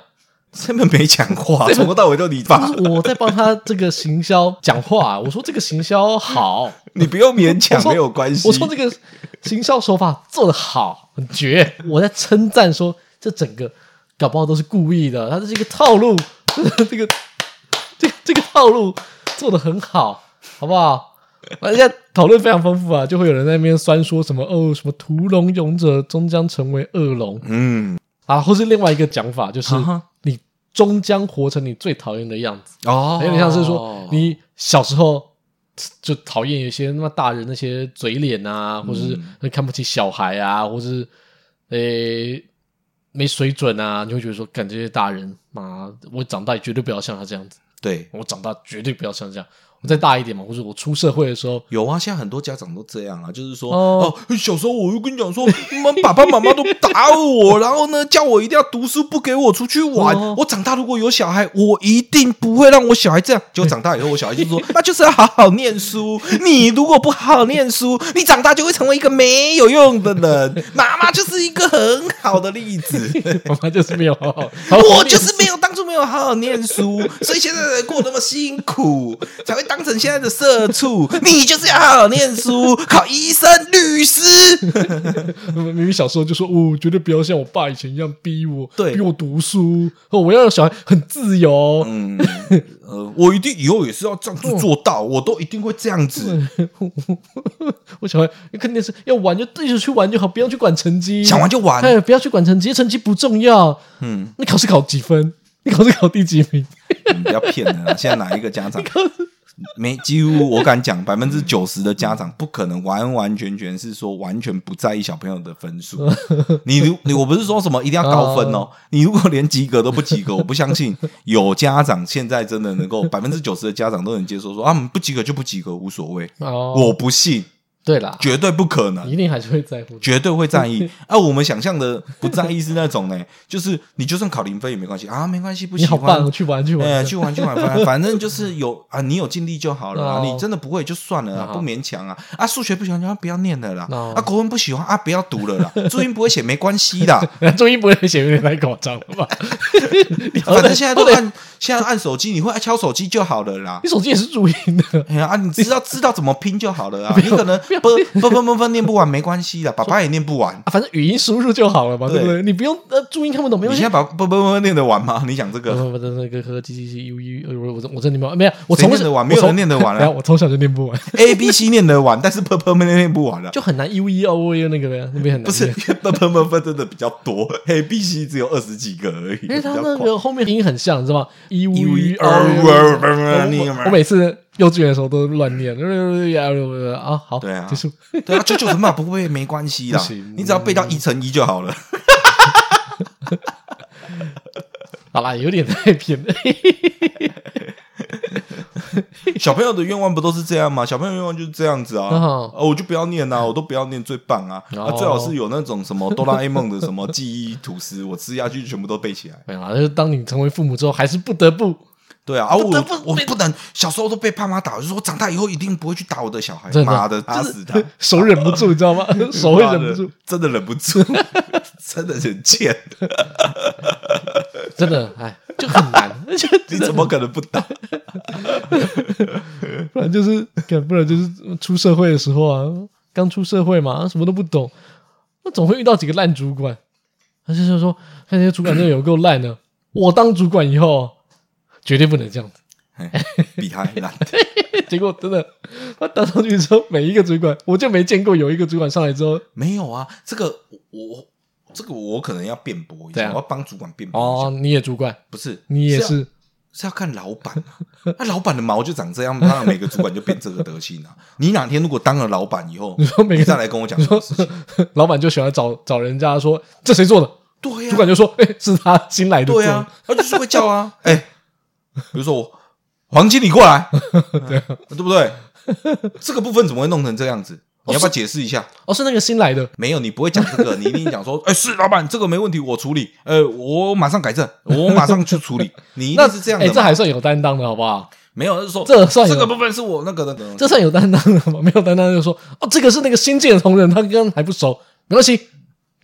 [SPEAKER 2] 根本没讲话，从头到尾都你
[SPEAKER 1] 就
[SPEAKER 2] 爸，
[SPEAKER 1] 是 我在帮他这个行销讲话、啊我说这个行销好，
[SPEAKER 2] 你不用勉强
[SPEAKER 1] 我，说
[SPEAKER 2] 没有关系。
[SPEAKER 1] 我说这个行销手法做得好，很绝。我在称赞说这整个搞不好都是故意的，它这是一个套路，这个这个这个套路做得很好，好不好？人家讨论非常丰富啊，就会有人在那边酸说什么哦，什么屠龙勇者终将成为恶龙
[SPEAKER 2] 嗯，
[SPEAKER 1] 啊，或是另外一个讲法就是
[SPEAKER 2] 啊哈
[SPEAKER 1] 你终将活成你最讨厌的样子。
[SPEAKER 2] 哦
[SPEAKER 1] 有点像是说你小时候就讨厌有些那么大人那些嘴脸啊，或是
[SPEAKER 2] 嗯
[SPEAKER 1] 看不起小孩啊，或是诶、没水准啊，你会觉得说，干这些大人，妈，我长大绝对不要像他这样子，
[SPEAKER 2] 对，
[SPEAKER 1] 我长大绝对不要像这样，我再大一点嘛，或者我出社会的时候，
[SPEAKER 2] 有啊，现在很多家长都这样啊，就是说，哦
[SPEAKER 1] 哦，
[SPEAKER 2] 小时候我就跟你讲说，你们爸爸妈妈都打我，然后呢，叫我一定要读书，不给我出去玩。
[SPEAKER 1] 哦
[SPEAKER 2] 我长大如果有小孩，我一定不会让我小孩这样。结果长大以后，我小孩就说，那就是要好好念书。你如果不好好念书，你长大就会成为一个没有用的人。妈妈就是一个很好的例子。
[SPEAKER 1] 妈妈就是没有好好，
[SPEAKER 2] 我就是没有当初没有好好念书，所以现在的人过那么辛苦，才会当成现在的社畜。你就是要好好念书，考医生、律师。
[SPEAKER 1] 明明小时候就说，哦，绝对不要像我爸以前一样逼我，
[SPEAKER 2] 对
[SPEAKER 1] 逼我读书，哦，我要让小孩很自由，
[SPEAKER 2] 嗯，呃，我一定以后也是要这样子做到，我都一定会这样子。
[SPEAKER 1] 我小孩你看电视要玩就一直去玩就好，不要去管成绩，
[SPEAKER 2] 想玩就玩，
[SPEAKER 1] 哎，不要去管成绩，成绩不重要。
[SPEAKER 2] 嗯，
[SPEAKER 1] 你考试考几分？你考试考第几名？
[SPEAKER 2] 你不要骗人啊！现在哪一个家长？没几乎我敢讲，百分之九十的家长 不可能完完全全是说完全不在意小朋友的分 数。你如你我不是说什么一定要高分哦，你如果连及格都不及格，我不相信有家长现在真的能够百分之九十的家长都能接受说啊，不及格就不及格无所谓，
[SPEAKER 1] 哦，
[SPEAKER 2] 我不信，
[SPEAKER 1] 对啦，
[SPEAKER 2] 绝对不可能
[SPEAKER 1] 你。一定还是会在乎的。
[SPEAKER 2] 绝对会在 意。啊，我们想象的不在意是那种呢，就是你就算考零分也没关系啊，没关系，不
[SPEAKER 1] 你
[SPEAKER 2] 喜
[SPEAKER 1] 好
[SPEAKER 2] 欢
[SPEAKER 1] 棒，。去玩去玩。
[SPEAKER 2] 哎， 去玩去玩，反反正就是有啊，你有尽力就好了啊。
[SPEAKER 1] 哦
[SPEAKER 2] 你真的不会就算了啊，
[SPEAKER 1] 哦
[SPEAKER 2] 不勉强啊。啊，数学不喜欢就不要念了啦
[SPEAKER 1] 哦。
[SPEAKER 2] 啊，国文不喜欢啊，不要读了啦。注音不会写没关系啦，
[SPEAKER 1] 中医不会写有点太夸张了吧？ 你好歹
[SPEAKER 2] 反正现在都
[SPEAKER 1] 好歹
[SPEAKER 2] 按现在按手机，你会按敲手机就好了啦
[SPEAKER 1] 你。手机也是注音的，
[SPEAKER 2] 哎呀啊，你知道知道怎么拼就好了啊。你可能不不不不不念不完没关系啦，爸爸也念不完。
[SPEAKER 1] 啊反正语音输入就好了嘛，
[SPEAKER 2] 对
[SPEAKER 1] 对不对？你不用呃注音看不懂没
[SPEAKER 2] 你
[SPEAKER 1] 关
[SPEAKER 2] 现
[SPEAKER 1] 系
[SPEAKER 2] 在。把不不不念得完吗？你讲这
[SPEAKER 1] 不
[SPEAKER 2] 个，
[SPEAKER 1] 不不，那个和 G G G U U，呃我我我真的没有没有，我
[SPEAKER 2] 谁
[SPEAKER 1] 从
[SPEAKER 2] 念得完？没有人念得完
[SPEAKER 1] 然
[SPEAKER 2] 了
[SPEAKER 1] 后。我从小就念不完，
[SPEAKER 2] A B C 念得完，但是 purple 念念不完了。
[SPEAKER 1] 就很难 U E O U 那个呗，那边很难。
[SPEAKER 2] 不是，因，为 purple 们分真的比较多，A B C 只有二十几个而已。
[SPEAKER 1] 因为它
[SPEAKER 2] 比较
[SPEAKER 1] 那
[SPEAKER 2] 快
[SPEAKER 1] 个后面音很像，你知道吗？E U
[SPEAKER 2] U
[SPEAKER 1] E
[SPEAKER 2] R
[SPEAKER 1] O
[SPEAKER 2] R
[SPEAKER 1] U。
[SPEAKER 2] R
[SPEAKER 1] 我我每次幼稚园的时候都乱念，啊好，
[SPEAKER 2] 对啊
[SPEAKER 1] 结束。
[SPEAKER 2] 对啊，九九乘法不会没关系啦
[SPEAKER 1] 不行，嗯
[SPEAKER 2] 你只要背到一乘一就好了。
[SPEAKER 1] 好啦，有点太偏了。
[SPEAKER 2] 小朋友的愿望不都是这样吗？小朋友愿望就是这样子啊，
[SPEAKER 1] 嗯
[SPEAKER 2] 哦，我就不要念啊，我都不要念，最棒啊！
[SPEAKER 1] 哦
[SPEAKER 2] 啊，最好是有那种什么哆啦 A 梦的什么记忆吐司，我吃下去全部都背起来。
[SPEAKER 1] 没有啦，就是当你成为父母之后，还是不得不
[SPEAKER 2] 对啊，啊我
[SPEAKER 1] 不得不
[SPEAKER 2] 我不能小时候都被爸妈打，我就说我长大以后一定不会去打我的小孩，
[SPEAKER 1] 真的
[SPEAKER 2] 妈 的打死他！
[SPEAKER 1] 手忍不住，你知道吗？手会忍不
[SPEAKER 2] 妈
[SPEAKER 1] 住
[SPEAKER 2] 的，，真的忍不 住，真的很贱，
[SPEAKER 1] 真的，哎，就很难，就
[SPEAKER 2] 你怎么可能 不打？
[SPEAKER 1] 不然 就是，干不然就是出社会的时候啊，刚出社会嘛，什么都不懂，那总会遇到几个烂主管。他就是说，看这些主管真的有够烂的，我当主管以后啊绝对不能这样子。
[SPEAKER 2] 嘿比他还烂，
[SPEAKER 1] 结果真的，他当上去之后，每一个主管，我就没见过有一个主管上来之后，
[SPEAKER 2] 没有啊，这个我我这个我可能要辩驳一
[SPEAKER 1] 对
[SPEAKER 2] 下，
[SPEAKER 1] 啊
[SPEAKER 2] 我要帮主管辩驳一
[SPEAKER 1] 哦
[SPEAKER 2] 下，，
[SPEAKER 1] 你也主管，
[SPEAKER 2] 不是
[SPEAKER 1] 你也
[SPEAKER 2] 要
[SPEAKER 1] 是，
[SPEAKER 2] 是要看老板啊， 那老板的毛就长这样，当然每个主管就变这个德性啊。 你哪天如果当了老板以后，
[SPEAKER 1] 你说每个
[SPEAKER 2] 你再来跟我讲这个事情，
[SPEAKER 1] 老板就喜欢找找人家说这谁做的，
[SPEAKER 2] 对
[SPEAKER 1] 主
[SPEAKER 2] 呀、
[SPEAKER 1] 管就说， 哎、是他新来的做
[SPEAKER 2] 对
[SPEAKER 1] 的。
[SPEAKER 2] 呀、他就是会叫啊， 哎、比如说我黄经理过 来，
[SPEAKER 1] 啊
[SPEAKER 2] 对不对？这个部分怎么会弄成这样子？你要不要解释一下？
[SPEAKER 1] 哦，是那个新来的，
[SPEAKER 2] 没有，你不会讲 这个，你一定讲说，哎、是老板，这个没问题，我处理，呃，我马上改 正，我马上去处理， 你一
[SPEAKER 1] 那
[SPEAKER 2] 定是这样
[SPEAKER 1] 哎、
[SPEAKER 2] 的
[SPEAKER 1] 这
[SPEAKER 2] 嘛？
[SPEAKER 1] 还算有担当的好不好？
[SPEAKER 2] 没有，就是说
[SPEAKER 1] 这算有
[SPEAKER 2] 这个部分是我那个的，
[SPEAKER 1] 这算有担当的吗？没有担当就说哦，这个是那个新进的同仁，他跟还不熟，没关系，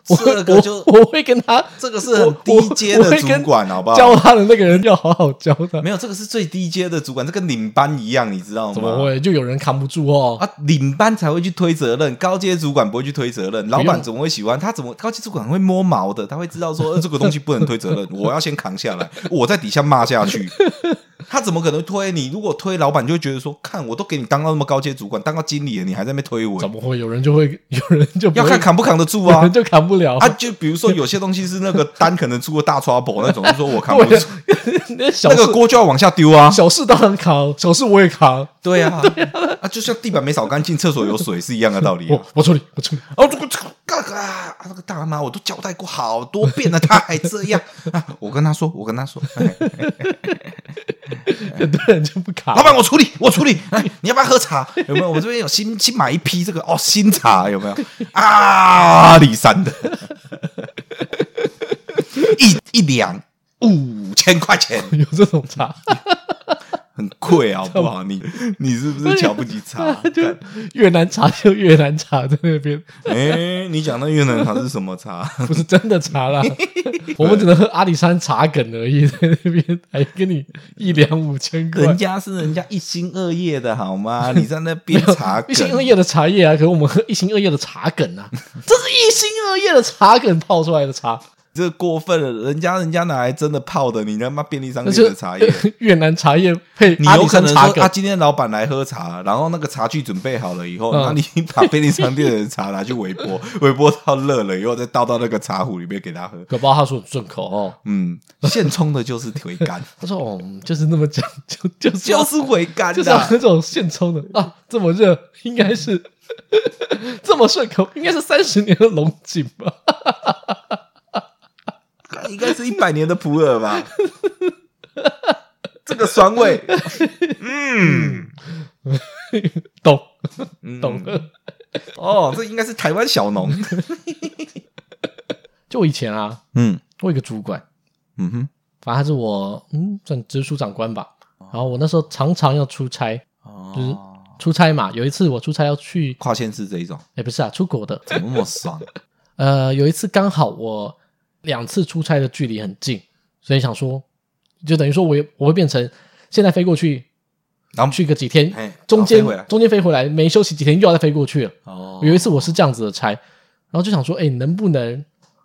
[SPEAKER 1] 我会
[SPEAKER 2] 这个就
[SPEAKER 1] 我我会跟他
[SPEAKER 2] 这个是很低阶
[SPEAKER 1] 我我
[SPEAKER 2] 的
[SPEAKER 1] 我会
[SPEAKER 2] 主
[SPEAKER 1] 跟
[SPEAKER 2] 管，好不
[SPEAKER 1] 教
[SPEAKER 2] 好？
[SPEAKER 1] 他的那个人要好好教他，
[SPEAKER 2] 没有，这啊个是最低阶的主管，这跟领班一样，你知道吗？
[SPEAKER 1] 怎么会就有人扛不住哦？
[SPEAKER 2] 啊？领班才会去推责任，高阶主管不会去推责任。老
[SPEAKER 1] 用
[SPEAKER 2] 板怎么会喜欢他？怎么高阶主管会摸毛的？他会知道说、 呃这个东西不能推责任，我要先扛下来，我在底下骂下 去。他怎么可能推你？如果推老板，就会觉得说，看我都给你当到那么高阶主管，当到经理了，你还在那边推我
[SPEAKER 1] 怎，么会有人就会 有人就不
[SPEAKER 2] 要
[SPEAKER 1] 会
[SPEAKER 2] 看扛不扛得住
[SPEAKER 1] 有
[SPEAKER 2] 啊
[SPEAKER 1] 人！就扛不了
[SPEAKER 2] 啊，就比如说有些东西是那个单可能出过大 trouble 那种，就说我扛 不
[SPEAKER 1] 对
[SPEAKER 2] 住
[SPEAKER 1] 啊，，那小
[SPEAKER 2] 那
[SPEAKER 1] 事
[SPEAKER 2] 个锅就要往下丢 啊。
[SPEAKER 1] 小事当然扛，小事我也扛，
[SPEAKER 2] 对啊，啊，就像地板没扫干净，厕所有水是一样的道理啊
[SPEAKER 1] 我。我处理我处理，
[SPEAKER 2] 哦，这个这个干啊，那个大妈我都交代过好多遍了，她还这样 啊！我跟她说，我跟 她说，哎
[SPEAKER 1] 很多人就不扛
[SPEAKER 2] 老。板我处理，我处理。 哎，你要不要喝茶？有没有？我这边有新新买一批这个哦，新茶有没有？ 阿里山的， 一一两五千块钱，
[SPEAKER 1] 有这种茶，
[SPEAKER 2] 很贵啊，好 不好？你你是不是瞧不起茶？干
[SPEAKER 1] 越南茶就越南茶在那边，
[SPEAKER 2] 哎、你讲那越南茶是什么 茶？
[SPEAKER 1] 不是真的茶 啦，我们只能喝阿里山茶梗而已，在 那边还跟你一两五千块
[SPEAKER 2] 人。家是人家一心二叶的好吗？你在那边查
[SPEAKER 1] 一心
[SPEAKER 2] 梗
[SPEAKER 1] 二，叶的茶叶啊，可是我们喝一心二叶的茶梗啊，这是一心二叶的茶梗泡出来的茶，
[SPEAKER 2] 这个过分了，人家人家拿来真的泡的，你他妈便利商
[SPEAKER 1] 那
[SPEAKER 2] 店
[SPEAKER 1] 就
[SPEAKER 2] 的 茶叶，
[SPEAKER 1] 越南茶叶配
[SPEAKER 2] 你
[SPEAKER 1] 阿
[SPEAKER 2] 有
[SPEAKER 1] 里
[SPEAKER 2] 可
[SPEAKER 1] 山
[SPEAKER 2] 能
[SPEAKER 1] 茶
[SPEAKER 2] 说
[SPEAKER 1] 梗
[SPEAKER 2] 啊，，今天老板来喝茶，然后那个茶具准备好了以后，
[SPEAKER 1] 嗯
[SPEAKER 2] 那、你把便利商店的茶拿去微 波，微波到热了以后，再倒到那个茶壶里面给他喝。
[SPEAKER 1] 搞不好他说很顺口哦。
[SPEAKER 2] 嗯，现冲的就是回 甘，
[SPEAKER 1] 他说：“哦，就是那么讲， 就就是
[SPEAKER 2] 就
[SPEAKER 1] 要
[SPEAKER 2] 是啊回甘
[SPEAKER 1] 就是
[SPEAKER 2] 的、
[SPEAKER 1] 要喝这种现冲的啊！这么热，应该是 这么顺口，应该是三十年的龙井吧？
[SPEAKER 2] 应该是一百年的普洱吧。 这个酸 味，嗯
[SPEAKER 1] 懂
[SPEAKER 2] 嗯
[SPEAKER 1] 懂了。
[SPEAKER 2] 哦，这应该是台湾 小农。
[SPEAKER 1] 就我以前啊，
[SPEAKER 2] 嗯
[SPEAKER 1] 我有一个主管，
[SPEAKER 2] 嗯哼，
[SPEAKER 1] 反正他是我嗯算直属长官吧。然后我那时候常常要出差，就是
[SPEAKER 2] 哦，
[SPEAKER 1] 出差嘛。有一次我出差要去，
[SPEAKER 2] 跨县市这一种，
[SPEAKER 1] 哎，不是啊，出国的。
[SPEAKER 2] 怎么那么爽？
[SPEAKER 1] 呃，有一次刚好我两次出差的距离很近，所以想说，就等于说我也我会变成现在飞过去，
[SPEAKER 2] 然后
[SPEAKER 1] 去个几天
[SPEAKER 2] 哎，
[SPEAKER 1] 中间
[SPEAKER 2] 然后飞回来
[SPEAKER 1] 中间飞回来没休息几天又要再飞过去了。
[SPEAKER 2] 哦
[SPEAKER 1] 有一次我是这样子的差，然后就想说，哎，能不能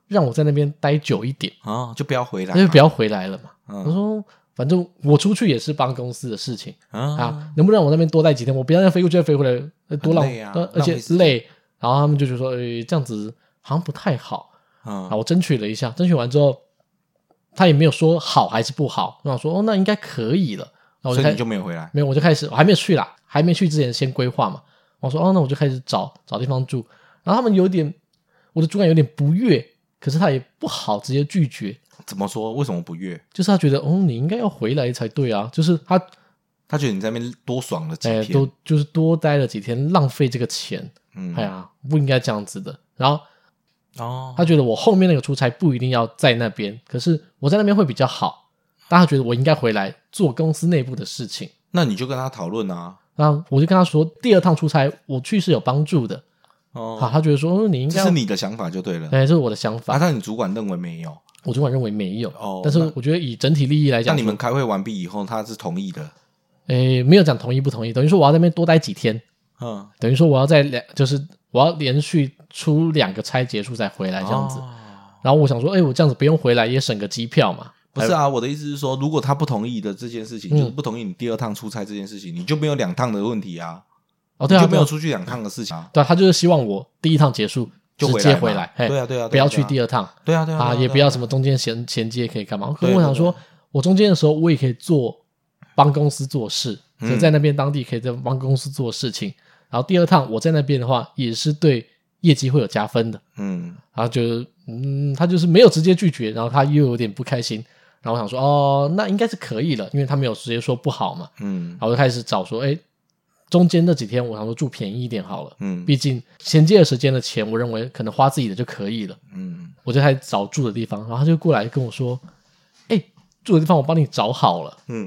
[SPEAKER 1] 让我在那边待久一点，
[SPEAKER 2] 哦，就不要回来
[SPEAKER 1] 那就不要回来了嘛。
[SPEAKER 2] 嗯
[SPEAKER 1] 我说，反正我出去也是帮公司的事情
[SPEAKER 2] 啊，
[SPEAKER 1] 啊，能不能让我那边多待几天？我不要再飞过去再飞回来，呃多浪
[SPEAKER 2] 很累啊
[SPEAKER 1] 呃
[SPEAKER 2] 浪费
[SPEAKER 1] 而且
[SPEAKER 2] 时间
[SPEAKER 1] 累。然后他们就觉得说，哎，这样子好像不太好。
[SPEAKER 2] 嗯
[SPEAKER 1] 啊，我争取了一下，争取完之后，他也没有说好还是不好，我想说哦，那应该可以了。那我
[SPEAKER 2] 所
[SPEAKER 1] 就
[SPEAKER 2] 以
[SPEAKER 1] 开
[SPEAKER 2] 你就没有回来。
[SPEAKER 1] 没有，我就开始我还没有去啦，还没去之前先规划嘛。我说哦，那我就开始找找地方住。然后他们有点，我的主管有点不悦，可是他也不好直接拒绝，
[SPEAKER 2] 怎么说？为什么不悦？
[SPEAKER 1] 就是他觉得哦，你应该要回来才对啊，就是他
[SPEAKER 2] 他觉得你在那边多爽了几
[SPEAKER 1] 哎、
[SPEAKER 2] 天，
[SPEAKER 1] 都就是多待了几天，浪费这个钱，
[SPEAKER 2] 嗯
[SPEAKER 1] 哎呀，不应该这样子的。然后
[SPEAKER 2] 哦，
[SPEAKER 1] 他觉得我后面那个出差不一定要在那边，可是我在那边会比较好。但他觉得我应该回来做公司内部的事情。
[SPEAKER 2] 那你就跟他讨论啊。
[SPEAKER 1] 然后我就跟他说，第二趟出差我去是有帮助的。好，
[SPEAKER 2] 哦，
[SPEAKER 1] 他觉得说、嗯你应该
[SPEAKER 2] 这
[SPEAKER 1] 要
[SPEAKER 2] 是，你的想法就对了。
[SPEAKER 1] 哎，这是我的想
[SPEAKER 2] 啊，
[SPEAKER 1] 法。
[SPEAKER 2] 但你主管认为没有。
[SPEAKER 1] 我主管认为没有，
[SPEAKER 2] 哦
[SPEAKER 1] 但是
[SPEAKER 2] 那
[SPEAKER 1] 我觉得以整体利益来
[SPEAKER 2] 那
[SPEAKER 1] 讲，
[SPEAKER 2] 你们开会完毕以后，他是同意的。
[SPEAKER 1] 哎没有讲同意不同意，等于说我要在那边多待几天，
[SPEAKER 2] 嗯，
[SPEAKER 1] 等于说我要在两就是我要连续出两个差结束再回哎来这样子。
[SPEAKER 2] 哦
[SPEAKER 1] 然后我想说，哎，我这样子不用回来也省个机票嘛。
[SPEAKER 2] 不是啊，我的意思是说，如果他不同意的这件事情，
[SPEAKER 1] 嗯
[SPEAKER 2] 就是不同意你第二趟出差这件事情，你就没有两趟的问题啊，
[SPEAKER 1] 哦，对
[SPEAKER 2] 你
[SPEAKER 1] 啊，
[SPEAKER 2] 就没
[SPEAKER 1] 对啊
[SPEAKER 2] 有出去两趟的事情啊。
[SPEAKER 1] 对啊，他就是希望我第一趟结束
[SPEAKER 2] 就
[SPEAKER 1] 直接
[SPEAKER 2] 回
[SPEAKER 1] 回
[SPEAKER 2] 来嘛
[SPEAKER 1] 来，嘿
[SPEAKER 2] 对啊对啊对啊
[SPEAKER 1] 哎不要
[SPEAKER 2] 对啊
[SPEAKER 1] 去第二趟
[SPEAKER 2] 对啊，对啊，
[SPEAKER 1] 啊，
[SPEAKER 2] 对啊
[SPEAKER 1] 也
[SPEAKER 2] 对啊
[SPEAKER 1] 不要什么中间衔衔接可以干嘛？可
[SPEAKER 2] 对
[SPEAKER 1] 是我
[SPEAKER 2] 对
[SPEAKER 1] 想
[SPEAKER 2] 对
[SPEAKER 1] 说，我中间的时候我也可以做帮公司做事，所
[SPEAKER 2] 嗯
[SPEAKER 1] 以在那边当地可以在帮公司做事情。然后第二趟我在那边的话，也是对业绩会有加分的。
[SPEAKER 2] 嗯，
[SPEAKER 1] 然后就是嗯，他就是没有直接拒绝，然后他又有点不开心。然后我想说，哦，那应该是可以了，因为他没有直接说不好嘛。
[SPEAKER 2] 嗯
[SPEAKER 1] 然后我就开始找说，哎，中间那几天我想说住便宜一点好了，
[SPEAKER 2] 嗯
[SPEAKER 1] 毕竟衔接的时间的钱，我认为可能花自己的就可以了，
[SPEAKER 2] 嗯，
[SPEAKER 1] 我就开始找住的地方，然后他就过来跟我说，哎，住的地方我帮你找好了，
[SPEAKER 2] 嗯，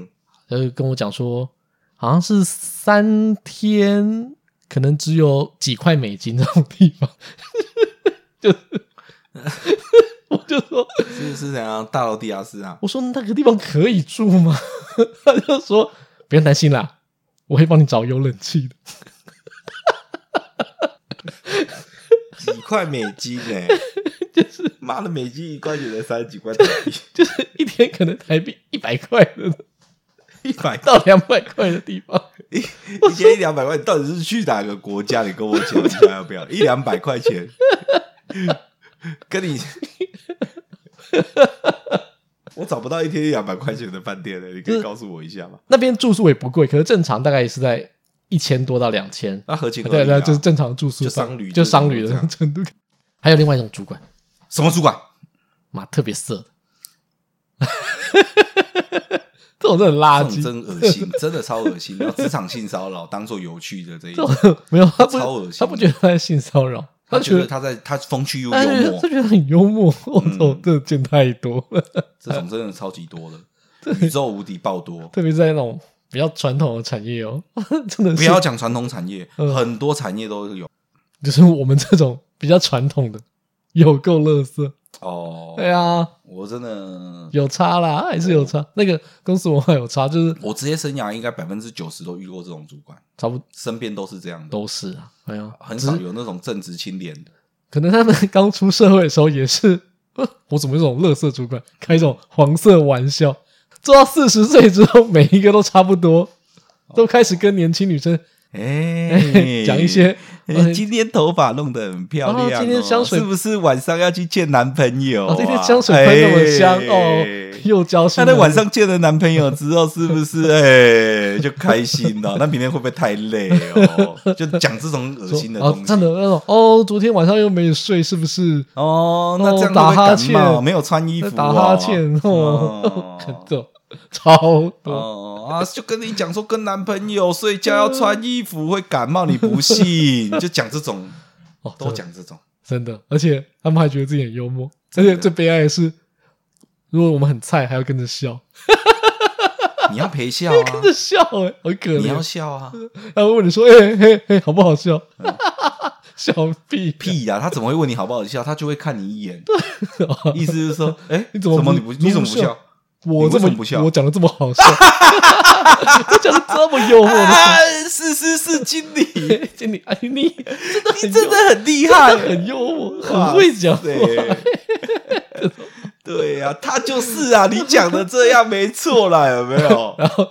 [SPEAKER 1] 然后呃就跟我讲说，好像是三天，可能只有几块美金那种地方， 就是我就说，
[SPEAKER 2] 是是怎样大楼地下 室啊？
[SPEAKER 1] 我说那个地方可以住吗？他就说不用担心啦，我会帮你找有冷气的。
[SPEAKER 2] 几块美金哎、
[SPEAKER 1] 就是
[SPEAKER 2] 妈的美金一块钱才三十几块台 币，
[SPEAKER 1] 就是一天可能台币一百块的
[SPEAKER 2] 一百
[SPEAKER 1] 到两百块的地方，
[SPEAKER 2] 一一天一两百块，你到底是去哪个国家？你跟我讲一下要不要？一两百 块钱，跟你， 我找不到一天一两百块钱的饭店了，你可以告诉我一下吗？
[SPEAKER 1] 那边住宿也不贵，可是正常大概也是在一千多到两千、
[SPEAKER 2] 那合情合
[SPEAKER 1] 对
[SPEAKER 2] 理、啊。
[SPEAKER 1] 对，就是正常住宿
[SPEAKER 2] 就
[SPEAKER 1] 上
[SPEAKER 2] 商旅
[SPEAKER 1] 就
[SPEAKER 2] 就是
[SPEAKER 1] 商旅的
[SPEAKER 2] 这样
[SPEAKER 1] 程度。还有另外一种主管，
[SPEAKER 2] 什么主管？
[SPEAKER 1] 妈特别色的， 这种真的很垃
[SPEAKER 2] 这种
[SPEAKER 1] 圾，
[SPEAKER 2] 真恶心，真的超恶心。然后职场性骚扰当做有趣的这一
[SPEAKER 1] 这
[SPEAKER 2] 种，
[SPEAKER 1] 种没有他不
[SPEAKER 2] 超恶心
[SPEAKER 1] 他不觉得他在性骚扰，
[SPEAKER 2] 他
[SPEAKER 1] 觉
[SPEAKER 2] 觉得
[SPEAKER 1] 得哎
[SPEAKER 2] 他在他风趣又
[SPEAKER 1] 他觉得
[SPEAKER 2] 幽默嗯
[SPEAKER 1] 他，觉得很幽默，我操，真的见太多了。
[SPEAKER 2] 这种真的超级多的，宇宙无敌爆多。
[SPEAKER 1] 特别是在那种比较传统的产业哦， 真的是
[SPEAKER 2] 不要讲传统产业，
[SPEAKER 1] 嗯
[SPEAKER 2] 很多产业都有
[SPEAKER 1] 就是我们这种比较传统的，有够乐色。
[SPEAKER 2] 哦。
[SPEAKER 1] 对啊，
[SPEAKER 2] 我真的，
[SPEAKER 1] 有差啦，还是有差。那个公司文化有差，就是
[SPEAKER 2] 我职业生涯应该百分之九十都遇过这种主管，
[SPEAKER 1] 差不多
[SPEAKER 2] 身边都是这样的，
[SPEAKER 1] 都是啊。哎呀，
[SPEAKER 2] 很
[SPEAKER 1] 只
[SPEAKER 2] 少
[SPEAKER 1] 是
[SPEAKER 2] 有那种正直清廉的。
[SPEAKER 1] 可能他们刚出社会的时候也是 呃我怎么有这种乐色主管开这种黄色玩笑？做到四十岁之后，每一个都差不多，都开始跟年轻女生
[SPEAKER 2] 哦 哎
[SPEAKER 1] 讲一些
[SPEAKER 2] 哎今天头发弄得很漂亮、哦
[SPEAKER 1] 哦今天香水
[SPEAKER 2] 是不是晚上要去见男朋友、啊
[SPEAKER 1] 哦，这天香水喷那么香、
[SPEAKER 2] 哎
[SPEAKER 1] 哦，又娇
[SPEAKER 2] 她
[SPEAKER 1] 生。
[SPEAKER 2] 在晚上见了男朋友之后，是 不是哎就开心了？那明天会不会太累哦？ 就讲这种恶
[SPEAKER 1] 说
[SPEAKER 2] 心的
[SPEAKER 1] 哦
[SPEAKER 2] 东西
[SPEAKER 1] 真的那种哦，昨天晚上又没睡，是不是？
[SPEAKER 2] 哦。那这样
[SPEAKER 1] 打
[SPEAKER 2] 会不会
[SPEAKER 1] 哈
[SPEAKER 2] 感冒？
[SPEAKER 1] 欠
[SPEAKER 2] 没有穿衣服
[SPEAKER 1] 在打
[SPEAKER 2] 哦，
[SPEAKER 1] 哈欠 哦，很多超多，
[SPEAKER 2] 哦啊，就跟你讲说跟男朋友睡觉要穿衣服会感冒，你 不信？就讲这种，
[SPEAKER 1] 哦
[SPEAKER 2] 都讲这种。
[SPEAKER 1] 真的，而且他们还觉得自己很幽默，而且最悲哀的是，如果我们很菜，还要跟着笑，
[SPEAKER 2] 你要陪 笑啊，
[SPEAKER 1] 跟着笑哎，好可
[SPEAKER 2] 你要
[SPEAKER 1] 怜。
[SPEAKER 2] 笑啊，
[SPEAKER 1] 他会问你说，哎嘿嘿，好不好笑？ 笑屁！
[SPEAKER 2] 屁呀、他怎么会问你好不好笑？他就会看你一 眼，意思是说，哎、
[SPEAKER 1] 你怎
[SPEAKER 2] 怎
[SPEAKER 1] 么不
[SPEAKER 2] 你不你
[SPEAKER 1] 你怎么
[SPEAKER 2] 怎么不
[SPEAKER 1] 不
[SPEAKER 2] 笑
[SPEAKER 1] 笑？我这
[SPEAKER 2] 你为什么不笑
[SPEAKER 1] 我讲的这么好笑， 我讲的这么幽默的话，
[SPEAKER 2] 啊，是是是，经理，
[SPEAKER 1] 经理，哎你
[SPEAKER 2] 你
[SPEAKER 1] 真的
[SPEAKER 2] 真的很厉
[SPEAKER 1] 很
[SPEAKER 2] 害
[SPEAKER 1] 幽，很幽默，
[SPEAKER 2] 哇
[SPEAKER 1] 很会讲话。
[SPEAKER 2] 对。对呀、他就是啊，你讲的这样没错啦，有没有？
[SPEAKER 1] 然后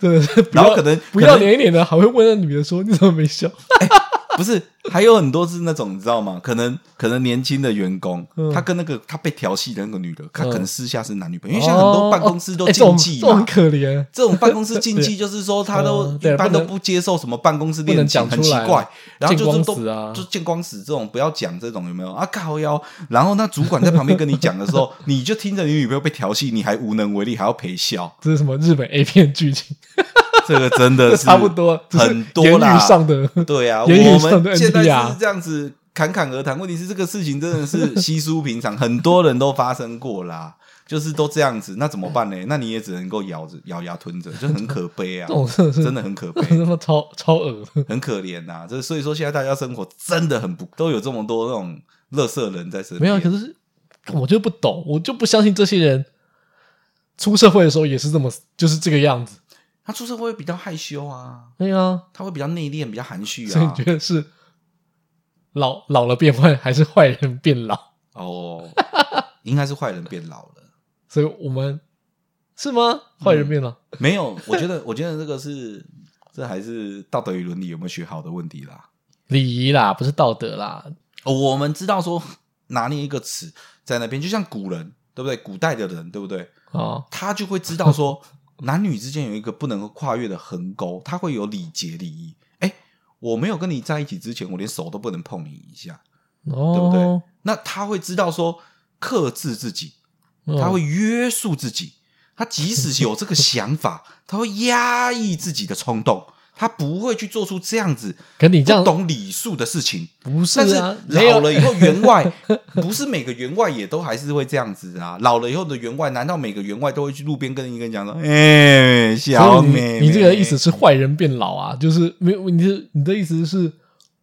[SPEAKER 1] 真的是不
[SPEAKER 2] 然后
[SPEAKER 1] 要
[SPEAKER 2] 可能
[SPEAKER 1] 不
[SPEAKER 2] 可
[SPEAKER 1] 要
[SPEAKER 2] 能
[SPEAKER 1] 脸一点的，还会问那女的说你怎么没笑？
[SPEAKER 2] 不是，还有很多是那种你知道吗？可能可能年轻的员工，
[SPEAKER 1] 嗯
[SPEAKER 2] 他跟那个他被调戏的那个女的，他
[SPEAKER 1] 嗯
[SPEAKER 2] 可能私下是男女朋友，因为现在很多办公室
[SPEAKER 1] 哦
[SPEAKER 2] 都
[SPEAKER 1] 哎这
[SPEAKER 2] 禁
[SPEAKER 1] 种
[SPEAKER 2] 忌
[SPEAKER 1] 这种
[SPEAKER 2] 嘛
[SPEAKER 1] 很。可怜。
[SPEAKER 2] 这种办公室禁忌就是说，他都
[SPEAKER 1] 哦对
[SPEAKER 2] 一般都
[SPEAKER 1] 不能
[SPEAKER 2] 不接受什么办公室
[SPEAKER 1] 不
[SPEAKER 2] 恋
[SPEAKER 1] 能
[SPEAKER 2] 情，
[SPEAKER 1] 讲
[SPEAKER 2] 很
[SPEAKER 1] 出
[SPEAKER 2] 奇
[SPEAKER 1] 来啊
[SPEAKER 2] 怪。然后就是
[SPEAKER 1] 见光
[SPEAKER 2] 都
[SPEAKER 1] 死啊
[SPEAKER 2] 就见光死这种，不要讲这种有没有啊？靠腰。然后那主管在旁边跟你讲的时 候，你就听着你女朋友被调戏，你还无能为力，还要陪笑，
[SPEAKER 1] 这是什么日本 A 片剧情？
[SPEAKER 2] 这个真 的
[SPEAKER 1] 这
[SPEAKER 2] 是
[SPEAKER 1] 差不。多，只是
[SPEAKER 2] 很多
[SPEAKER 1] 言
[SPEAKER 2] 啦
[SPEAKER 1] 语上的。
[SPEAKER 2] 对啊，
[SPEAKER 1] 言语
[SPEAKER 2] 我
[SPEAKER 1] 上的啊
[SPEAKER 2] 们现在
[SPEAKER 1] NTR
[SPEAKER 2] 是这样子侃侃而谈，问题是这个事情真的是稀疏平常，很多人都发生过啦。就是都这样子，那怎么办呢？那你也只能够咬着咬牙吞着，就很可悲啊
[SPEAKER 1] 这，种真的是
[SPEAKER 2] 真的很可悲。
[SPEAKER 1] 他妈超超恶的，
[SPEAKER 2] 很可怜呐、这所以说现在大家生活真的很不，都有这么多那种乐色人在身边。
[SPEAKER 1] 没有。可是我就不懂，我就不相信这些人出社会的时候也是这么，就是这个样子。
[SPEAKER 2] 他出社会比较害羞啊，
[SPEAKER 1] 对啊，
[SPEAKER 2] 他会比较内敛，比较含蓄
[SPEAKER 1] 所以你
[SPEAKER 2] 啊
[SPEAKER 1] 觉。得是老老了变坏，还是坏人变老？
[SPEAKER 2] 哦， 应该是坏人变老了。
[SPEAKER 1] 所以我们是吗？坏人变老，
[SPEAKER 2] 没有，我觉得，我觉得这个是，这还是道德与伦理有没有学好的问题啦。
[SPEAKER 1] 礼仪啦，不是道德啦。
[SPEAKER 2] 哦我们知道说拿捏一个词在那边，就像古人，对不对？古代的人，对不对？
[SPEAKER 1] 哦，
[SPEAKER 2] 他就会知道说 男女之间有一个不能够跨越的横沟，他会有礼节礼仪。哎，我没有跟你在一起之前，我连手都不能碰你一下。不对
[SPEAKER 1] 哦，
[SPEAKER 2] 那他会知道说克制自己，
[SPEAKER 1] 对
[SPEAKER 2] 他会约束自己。他即使有这个想法， 他会压抑自己的冲动，他不会去做出这样子
[SPEAKER 1] 可你这
[SPEAKER 2] 不
[SPEAKER 1] 样
[SPEAKER 2] 懂礼数的事情。
[SPEAKER 1] 不是
[SPEAKER 2] 但是
[SPEAKER 1] 啊？没
[SPEAKER 2] 老
[SPEAKER 1] 有
[SPEAKER 2] 了以后，员外 不是每个员外也都还是会这样子啊。老了以后的员外，难道每个员外都会去路边跟一个人讲说：“哎、小
[SPEAKER 1] 嗯所以
[SPEAKER 2] 美
[SPEAKER 1] 你你这个意思是坏人变老啊？就是没有你的你的意思是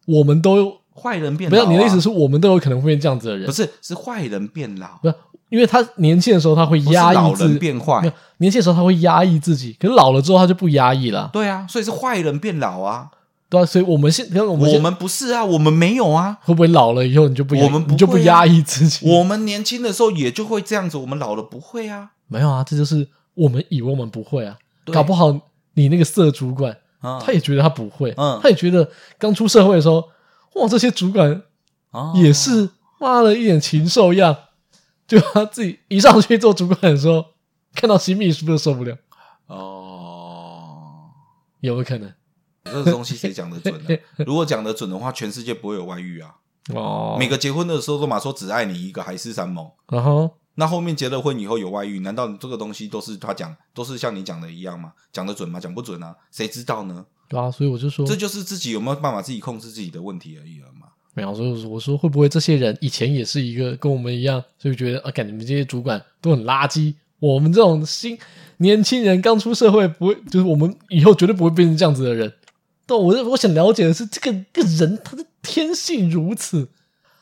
[SPEAKER 1] 我们都有，
[SPEAKER 2] 坏人变
[SPEAKER 1] 不
[SPEAKER 2] 老、啊？”
[SPEAKER 1] 要你的意思是我们都有可能会变这样子的人，
[SPEAKER 2] 不是是坏人变老，
[SPEAKER 1] 不是？因为他年轻的时候他会
[SPEAKER 2] 不是
[SPEAKER 1] 压
[SPEAKER 2] 老
[SPEAKER 1] 抑自
[SPEAKER 2] 人
[SPEAKER 1] 己，
[SPEAKER 2] 变坏
[SPEAKER 1] 没有。年轻的时候他会压抑自己，可是老了之后他就不压抑了，
[SPEAKER 2] 对啊，所以是坏人变老啊。
[SPEAKER 1] 对啊，所以我们现，你看我们
[SPEAKER 2] 我
[SPEAKER 1] 现
[SPEAKER 2] 们不是啊，我们没有啊。
[SPEAKER 1] 会不会老了以后你就不压抑
[SPEAKER 2] 我们不会啊
[SPEAKER 1] 你就不压抑自己？
[SPEAKER 2] 我们年轻的时候也就会这样子，我们老了不会啊。
[SPEAKER 1] 没有啊，这就是我们以为我们不会啊，
[SPEAKER 2] 对
[SPEAKER 1] 搞不好你那个色主管
[SPEAKER 2] 啊，
[SPEAKER 1] 他也觉得他不会，
[SPEAKER 2] 嗯
[SPEAKER 1] 他也觉得刚出社会的时候，哇，这些主管
[SPEAKER 2] 哦
[SPEAKER 1] 也是妈的一脸禽兽样，就他自己一上去做主管的时候，看到新秘书都受不了，
[SPEAKER 2] 哦。
[SPEAKER 1] 有没有可能？
[SPEAKER 2] 这个东西谁讲得 准呢、啊如果讲得准的话，全世界不会有外遇啊。
[SPEAKER 1] 哦，
[SPEAKER 2] 每个结婚的时候都嘛说只爱你一个，海誓山盟。
[SPEAKER 1] 然后
[SPEAKER 2] 那后面结了婚以后有外遇，难道这个东西都是他讲，都是像你讲的一样吗？讲得准吗？讲不准啊，谁知道呢？
[SPEAKER 1] 对啊，所以我就说
[SPEAKER 2] 这，就是自己有没有办法自己控制自己的问题而已了嘛。
[SPEAKER 1] 没有，所以我说我说会不会这些人以前也是一个跟我们一样，所以觉得啊，感觉你们这些主管都很垃圾。我们这种新年轻人刚出社会，不会就是我们以后绝对不会变成这样子的人。但我我想了解的是，这个这个人他的天性如此，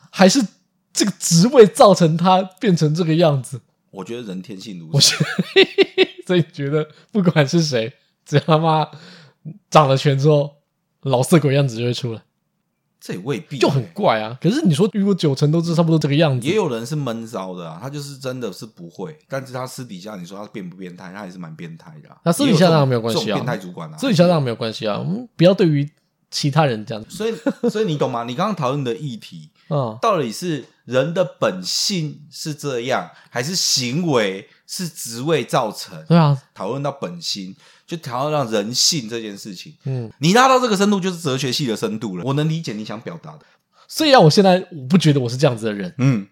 [SPEAKER 1] 还是这个职位造成他变成这个样子？
[SPEAKER 2] 我觉得人天性如
[SPEAKER 1] 我
[SPEAKER 2] 此，
[SPEAKER 1] 是，所以觉得不管是谁，只要他妈掌了权之后，老色鬼样子就会出来。
[SPEAKER 2] 这也未必
[SPEAKER 1] 就很怪啊。可是你说如果九成都是差不多这个样子
[SPEAKER 2] 也，有人是闷骚的啊，他就是真的是不会，但是他私底下你说他变不变态，他还是蛮变态的、啊。
[SPEAKER 1] 那私底下当然没有关系啊
[SPEAKER 2] 这种变态主管啊，
[SPEAKER 1] 这与小党没有关系啊。我们不要对于其他人这样，
[SPEAKER 2] 所以所以你懂吗？你刚刚讨论的议题，
[SPEAKER 1] 嗯，
[SPEAKER 2] 到底是人的本性是这样，还是行为是职位造成？
[SPEAKER 1] 对啊，
[SPEAKER 2] 讨论到本心，就讨论到人性这件事情。
[SPEAKER 1] 嗯，
[SPEAKER 2] 你拉到这个深度，就是哲学系的深度了。我能理解你想表达的。
[SPEAKER 1] 虽啊然我现在我不觉得我是这样子的人，
[SPEAKER 2] 嗯，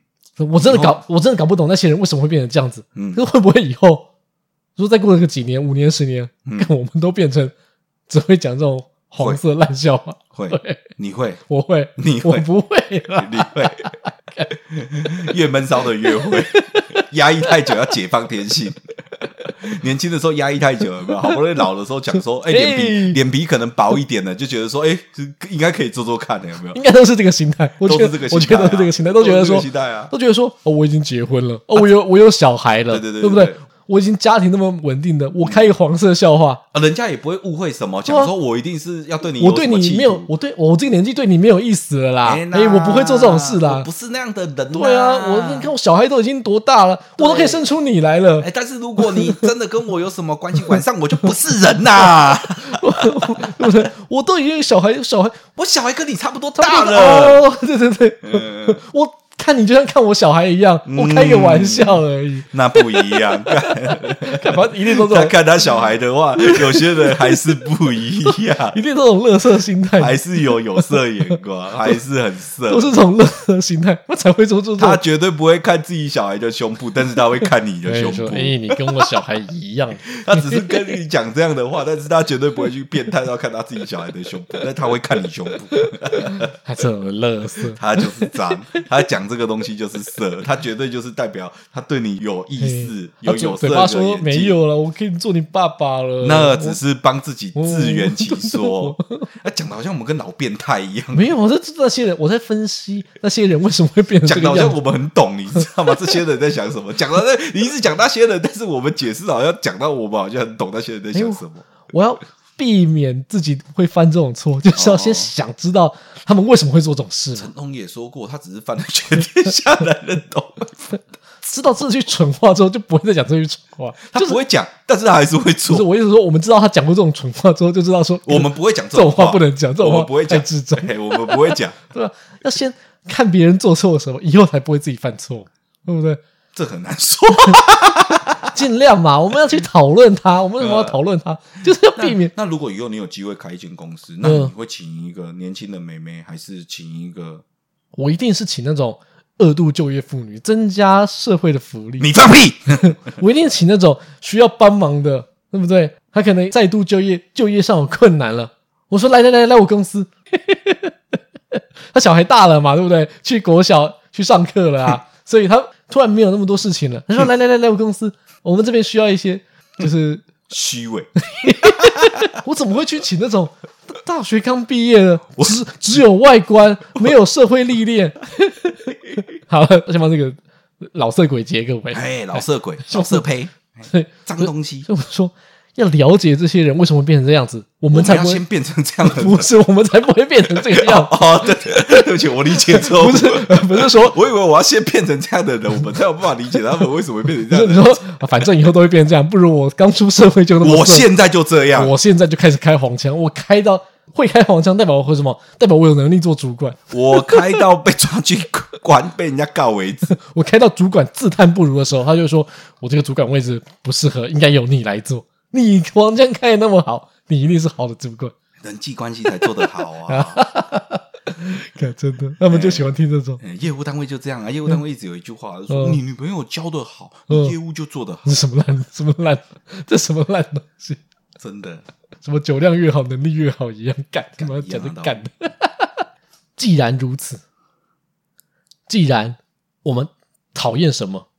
[SPEAKER 1] 我真的搞我真的搞不懂那些人为什么会变成这样子。
[SPEAKER 2] 嗯
[SPEAKER 1] 可是会不会以后，如果再过了个几年、五年、十年，
[SPEAKER 2] 嗯
[SPEAKER 1] 看我们都变成只会讲这种黄色烂笑话？
[SPEAKER 2] 会，
[SPEAKER 1] 对，
[SPEAKER 2] 你会，
[SPEAKER 1] 我会，
[SPEAKER 2] 你
[SPEAKER 1] 我
[SPEAKER 2] 会
[SPEAKER 1] 不会啦。
[SPEAKER 2] 你会， 越闷骚的越会，压抑太久要解放天性。年轻的时候压抑太久了，有没有好不容易老的时候讲说，哎、脸皮、
[SPEAKER 1] 哎
[SPEAKER 2] 脸皮可能薄一点了，就觉得说，哎、这应该可以做做看的，有没有
[SPEAKER 1] 应？该都是这个心态，我觉
[SPEAKER 2] 都
[SPEAKER 1] 得
[SPEAKER 2] 是这个
[SPEAKER 1] 我
[SPEAKER 2] 心
[SPEAKER 1] 觉
[SPEAKER 2] 态、啊，
[SPEAKER 1] 得都是这个心态，都觉得
[SPEAKER 2] 是这
[SPEAKER 1] 说
[SPEAKER 2] 个，心态啊，
[SPEAKER 1] 都觉得说，哦，我已经结婚了，哦， 我有我有小孩了，
[SPEAKER 2] 对对对对
[SPEAKER 1] 不
[SPEAKER 2] 对
[SPEAKER 1] 对？我已经家庭那么稳定的，我开一个黄色笑话，
[SPEAKER 2] 啊人家也不会误会什么，
[SPEAKER 1] 对
[SPEAKER 2] 讲
[SPEAKER 1] 啊
[SPEAKER 2] 说我一定是要嗯对你有
[SPEAKER 1] 我对
[SPEAKER 2] 什么企
[SPEAKER 1] 你没有
[SPEAKER 2] 图，
[SPEAKER 1] 我对我这个年纪对你没有意思了啦，
[SPEAKER 2] 哎、
[SPEAKER 1] 哎
[SPEAKER 2] 那，
[SPEAKER 1] 我不会做这种事
[SPEAKER 2] 我
[SPEAKER 1] 啦
[SPEAKER 2] 不。是那样的人、
[SPEAKER 1] 对啊，我你看我小孩都已经多大了，我都可以生出你来了
[SPEAKER 2] 哎、，但是如果你真的跟我有什么关系，晚上我就不是人呐、
[SPEAKER 1] 对 不对？我都已经有小孩，有小孩
[SPEAKER 2] 我小孩跟你差不多
[SPEAKER 1] 他们
[SPEAKER 2] 大
[SPEAKER 1] 都
[SPEAKER 2] 了。
[SPEAKER 1] 哦， 对对对，
[SPEAKER 2] 嗯
[SPEAKER 1] 我看你就像看我小孩一样，我开个玩笑而已，
[SPEAKER 2] 那不一 样，
[SPEAKER 1] 干嘛一定都这
[SPEAKER 2] 他
[SPEAKER 1] 种，
[SPEAKER 2] 看他小孩的话，有些人还是不一 样，
[SPEAKER 1] 一定都这种乐色心态，
[SPEAKER 2] 还是有有色眼 光，还是很色
[SPEAKER 1] 都。是这种乐色心态，我才会做出这
[SPEAKER 2] 他
[SPEAKER 1] 种。
[SPEAKER 2] 绝对不会看自己小孩的胸部，但是他会看你的
[SPEAKER 1] 哎
[SPEAKER 2] 胸
[SPEAKER 1] 说
[SPEAKER 2] 部。
[SPEAKER 1] 哎，你跟我小孩一 样，
[SPEAKER 2] 他只是跟你讲这样的话，但 是他绝对不会去变态到看他自己小孩的胸部，但他会看你胸部。
[SPEAKER 1] 还这种乐 色。
[SPEAKER 2] 他就是脏，他讲这个东西就是色，他绝对就是代表他对你有意思，有
[SPEAKER 1] 他嘴
[SPEAKER 2] 有
[SPEAKER 1] 啊
[SPEAKER 2] 色
[SPEAKER 1] 嘴
[SPEAKER 2] 的
[SPEAKER 1] 巴
[SPEAKER 2] 眼
[SPEAKER 1] 说
[SPEAKER 2] 睛
[SPEAKER 1] 没有了，我可以做你爸爸了。
[SPEAKER 2] 那只是帮自己自圆其说， 啊，讲的好像我们跟老变态一样，
[SPEAKER 1] 没有，我在那些人，我在分析那些人为什么会变成 这
[SPEAKER 2] 讲的好
[SPEAKER 1] 个
[SPEAKER 2] 像
[SPEAKER 1] 样子。
[SPEAKER 2] 我们很懂，你知道吗？ 这些人在想什么？讲到那，你一直讲那些人，但是我们解释好像讲到我们好像很懂那些人在想
[SPEAKER 1] 哎
[SPEAKER 2] 什么。
[SPEAKER 1] 我要避免自己会犯这种错，就是
[SPEAKER 2] 哦
[SPEAKER 1] 要先想知道他们为什么会做这种事嘛，
[SPEAKER 2] 陈东也说过，他只是犯了全天下男人 懂，
[SPEAKER 1] 知道这句蠢话之后，就不会再讲这句蠢话。
[SPEAKER 2] 他
[SPEAKER 1] 就是
[SPEAKER 2] 不会讲，但是他还是会
[SPEAKER 1] 不是
[SPEAKER 2] 做。
[SPEAKER 1] 我意思是说，我们知道他讲过这种蠢话之后，就知道说
[SPEAKER 2] 我们不会讲
[SPEAKER 1] 这种
[SPEAKER 2] 话
[SPEAKER 1] 话不能讲，这种
[SPEAKER 2] 我
[SPEAKER 1] 话
[SPEAKER 2] 们不会讲
[SPEAKER 1] 太 智障，
[SPEAKER 2] 对我们不会讲，
[SPEAKER 1] 对吧？要先看别人做错什么，以后才不会自己犯错，对不对？
[SPEAKER 2] 这很难说。
[SPEAKER 1] 尽量嘛，我们要去讨论它，我们为什么要讨论它？就是要 避免
[SPEAKER 2] 那如果以后你有机会开一间公司，那
[SPEAKER 1] 嗯
[SPEAKER 2] 你会请一个年轻的妹妹，还是请一个？
[SPEAKER 1] 我一定是请那种二度就业妇女，增加社会的福利。
[SPEAKER 2] 你放屁！
[SPEAKER 1] 我一定请那种需要帮忙的，对不对？他可能再度就业，就业上有困难了。我说来来来来，我公司， 他小孩大了嘛，对不对？去国小去上课了啊， 所以他突然没有那么多事情了。他说来来来来，我公司，我们这边需要一些，就是
[SPEAKER 2] 虚伪。
[SPEAKER 1] 我怎么会去请那种大学刚毕业的，只只有外观没有社会历练？ 好了，先把这个老色鬼结各 位。
[SPEAKER 2] 哎，老色鬼，老色胚，
[SPEAKER 1] 对，
[SPEAKER 2] 脏 东西，
[SPEAKER 1] 所以我说要了解这些人为什么会变成这样子，我
[SPEAKER 2] 我
[SPEAKER 1] 们才
[SPEAKER 2] 要
[SPEAKER 1] 不
[SPEAKER 2] 先
[SPEAKER 1] 会
[SPEAKER 2] 变成这样的人。
[SPEAKER 1] 不是我们才不会变成这个样子。
[SPEAKER 2] 哦，对，对对不起，我理解错误。
[SPEAKER 1] 不是不是说
[SPEAKER 2] 我以为我要先变成这样的人，我们才有办法理解他们为什么会变成
[SPEAKER 1] 不
[SPEAKER 2] 这
[SPEAKER 1] 是
[SPEAKER 2] 样的
[SPEAKER 1] 你
[SPEAKER 2] 人。
[SPEAKER 1] 说、啊反正以后都会变成这样，不 如我刚出社会就那么
[SPEAKER 2] 我
[SPEAKER 1] 做
[SPEAKER 2] 现在啊就这样，
[SPEAKER 1] 我现在就开始开黄腔，我开到会开黄腔，代表我会什么？代表我有能力做主管，
[SPEAKER 2] 我开到被抓去关，被人家告为止。
[SPEAKER 1] 我开到主管自叹不如的时候，他就说我这个主管位置不适合，应该由你来做。你黄腔开的那么好，你一定是好的主管。
[SPEAKER 2] 人际关系才做得 好啊。
[SPEAKER 1] 看，真的，他们就喜欢听这种。
[SPEAKER 2] 嗯业务单位就这样啊，业务单位一直有一句话就说：“
[SPEAKER 1] 嗯
[SPEAKER 2] 你女朋友教的好，
[SPEAKER 1] 嗯
[SPEAKER 2] 你业务就做得好。
[SPEAKER 1] 这什么烂什么烂，这什么烂东西？”
[SPEAKER 2] 真的，
[SPEAKER 1] 什么酒量越好，能力越好一样干，他
[SPEAKER 2] 干
[SPEAKER 1] 妈
[SPEAKER 2] 一样
[SPEAKER 1] 讲
[SPEAKER 2] 的
[SPEAKER 1] 的
[SPEAKER 2] 道理
[SPEAKER 1] 干的。既然如此，既然我们讨厌什么，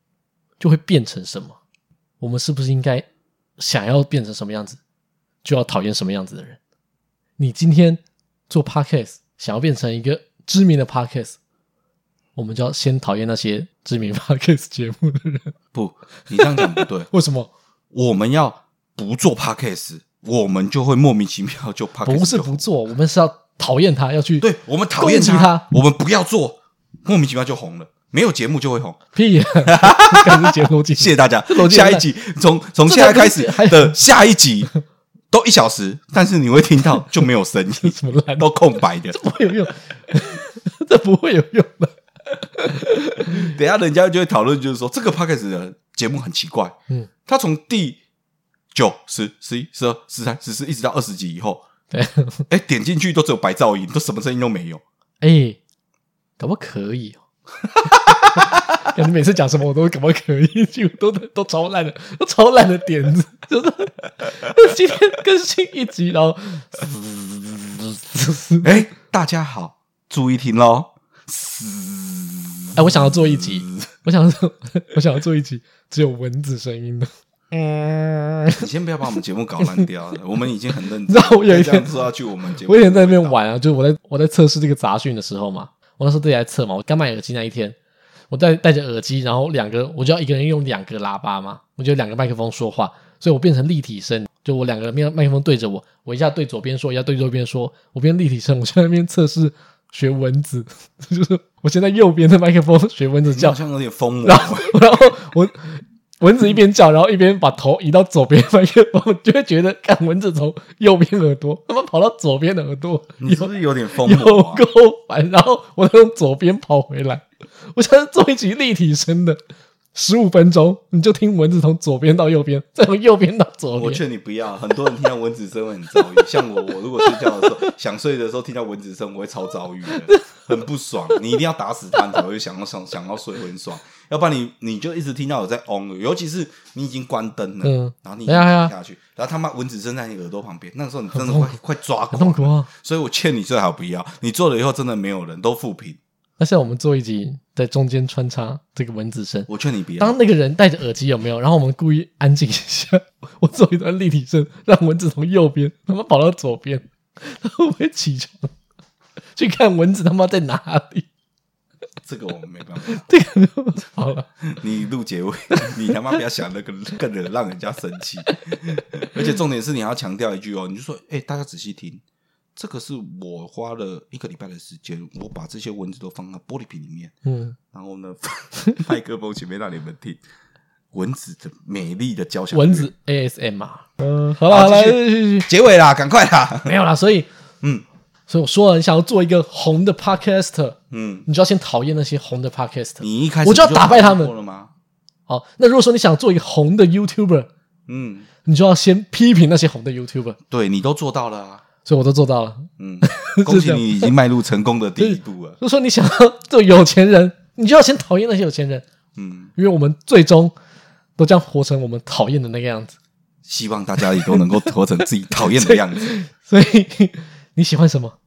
[SPEAKER 1] 就会变成什么，我们是不是应该想要变成什么样子，就要讨厌什么样子的人？你今天做 podcast，想要变成一个知名的 podcast，我们就要先讨厌那些知名 podcast 节目的人。
[SPEAKER 2] 不，你这样讲不对。
[SPEAKER 1] 为什么？
[SPEAKER 2] 我们要不做 podcast，我们就会莫名其妙就 podcast
[SPEAKER 1] 不是
[SPEAKER 2] 就
[SPEAKER 1] 不做，我们是要讨厌他，要去
[SPEAKER 2] 对我们讨厌
[SPEAKER 1] 攻击他
[SPEAKER 2] 我们不要做，莫名其妙就红了，没有节目就会 红。
[SPEAKER 1] 屁啊，看是节目进
[SPEAKER 2] 谢谢大家
[SPEAKER 1] 这逻，辑
[SPEAKER 2] 下
[SPEAKER 1] 很
[SPEAKER 2] 一
[SPEAKER 1] 烂
[SPEAKER 2] 集从从
[SPEAKER 1] 这
[SPEAKER 2] 现在
[SPEAKER 1] 才不
[SPEAKER 2] 开
[SPEAKER 1] 是
[SPEAKER 2] 始
[SPEAKER 1] 还，
[SPEAKER 2] 的下一集都一小时，但是你会听到就没有声音
[SPEAKER 1] 什么烂，
[SPEAKER 2] 都空白 的。
[SPEAKER 1] 不会有用，这不会有用的。嗯
[SPEAKER 2] 等一下人家就会讨论，就是说这个 podcast 的节目很奇怪，
[SPEAKER 1] 嗯，
[SPEAKER 2] 他从第九、十、十一、十二、十三、十四一直到二十集以后，
[SPEAKER 1] 对，
[SPEAKER 2] 哎，点进去都只有白噪音，都什么声音都没有。
[SPEAKER 1] 哎、搞不好可以哦。 感觉每次讲什么我都搞不好可以，几乎都都超烂的，都超烂的点子，就是今天更新一集，然后
[SPEAKER 2] 哎，大家好，注意听喽。
[SPEAKER 1] 哎、我想要做一集，我想做，我想要做一集只有蚊子声音的。嗯，
[SPEAKER 2] 你先不要把我们节目搞烂掉 了，我们已经很认
[SPEAKER 1] 你
[SPEAKER 2] 真
[SPEAKER 1] 知。道我有一
[SPEAKER 2] 这样
[SPEAKER 1] 天，
[SPEAKER 2] 说要去我们节目，
[SPEAKER 1] 我有一天在那边玩啊，就是我在我在测试这个杂讯的时候嘛，我那时候自己在测嘛，我刚买耳机那一天，我戴戴着耳机，然后两个我就要一个人用两个喇叭嘛，我就两个麦克风说话，所以我变成立体声，就我两个麦麦克风对着我，我一下对左边说，一下对右边说，我变立体声，我就在那边测试学蚊子， 就是我先在右边的麦克风学蚊子
[SPEAKER 2] 你
[SPEAKER 1] 叫
[SPEAKER 2] 好，像有点疯魔
[SPEAKER 1] 然。后然后我蚊子一边叫，然后一边把头移到左边麦克风，就会觉得看蚊子从右边耳朵，他妈跑到左边的耳朵，
[SPEAKER 2] 你是不是有点疯
[SPEAKER 1] 有
[SPEAKER 2] 魔啊？
[SPEAKER 1] 够烦。然后我再从左边跑回来， 我想做一集立体声的。十五分钟，你就听蚊子从左边到右边，再从右边到左
[SPEAKER 2] 我
[SPEAKER 1] 边。
[SPEAKER 2] 劝你不要，很多人听到蚊子声会很遭 遇。像我，我如果睡觉的时候想睡的时候听到蚊子声，我会超遭遇的，很不爽。你一定要打死它，你才会想要想想要睡，会很爽。要不然你你就一直听到有在嗡了，尤其是你已经关灯了，
[SPEAKER 1] 嗯
[SPEAKER 2] 然后你已
[SPEAKER 1] 哎
[SPEAKER 2] 经
[SPEAKER 1] 呀哎呀
[SPEAKER 2] 听下去，然后他妈蚊子声在你耳朵旁边，那个时候你真的快快抓
[SPEAKER 1] 很痛
[SPEAKER 2] 狂。
[SPEAKER 1] 苦啊！
[SPEAKER 2] 所以我劝你最好不要，你做了以后真的没有人都复评。
[SPEAKER 1] 那现在我们做一集，在中间穿插这个蚊子声，
[SPEAKER 2] 我劝你不要。
[SPEAKER 1] 当那个人戴着耳机有没有？然后我们故意安静一下， 我做一段立体声，让蚊子从右边他妈跑到左边，他会不会起床去看蚊子他妈在哪里？
[SPEAKER 2] 这个我们没办法。
[SPEAKER 1] 这个就好了，
[SPEAKER 2] 你录结尾，你他妈不要想那个更惹让人家生气。 而且重点是你还要强调一句哦，你就说，哎、大家仔细听，这个是我花了一个礼拜的时间，我把这些文字都放到玻璃瓶里面，
[SPEAKER 1] 嗯，
[SPEAKER 2] 然后 呢，麦克风前面让你们听蚊子的美丽的交响乐
[SPEAKER 1] 蚊。子 ASM 啊，嗯，好了好了，
[SPEAKER 2] 好继
[SPEAKER 1] 去去去
[SPEAKER 2] 结尾啦，赶快啦！
[SPEAKER 1] 没有啦，所以
[SPEAKER 2] 嗯
[SPEAKER 1] 所以我说了，你想要做一个红的 podcast，
[SPEAKER 2] 嗯，
[SPEAKER 1] 你就要先讨厌那些红的 podcast
[SPEAKER 2] 你一开始
[SPEAKER 1] 我就要打败他们
[SPEAKER 2] 就说了吗？
[SPEAKER 1] 哦。那如果说你想做一个红的 YouTuber，
[SPEAKER 2] 嗯，
[SPEAKER 1] 你就要先批评那些红的 YouTuber，
[SPEAKER 2] 对你都做到了啊。
[SPEAKER 1] 所以我都做到了。
[SPEAKER 2] 嗯，恭喜你已经迈入成功的第一步了。
[SPEAKER 1] 就说你想要做有钱人，你就要先讨厌那些有钱人，
[SPEAKER 2] 嗯，
[SPEAKER 1] 因为我们最终都将活成我们讨厌的那个样子。
[SPEAKER 2] 希望大家也都能够活成自己讨厌的 样子，
[SPEAKER 1] 所以 你喜欢什么，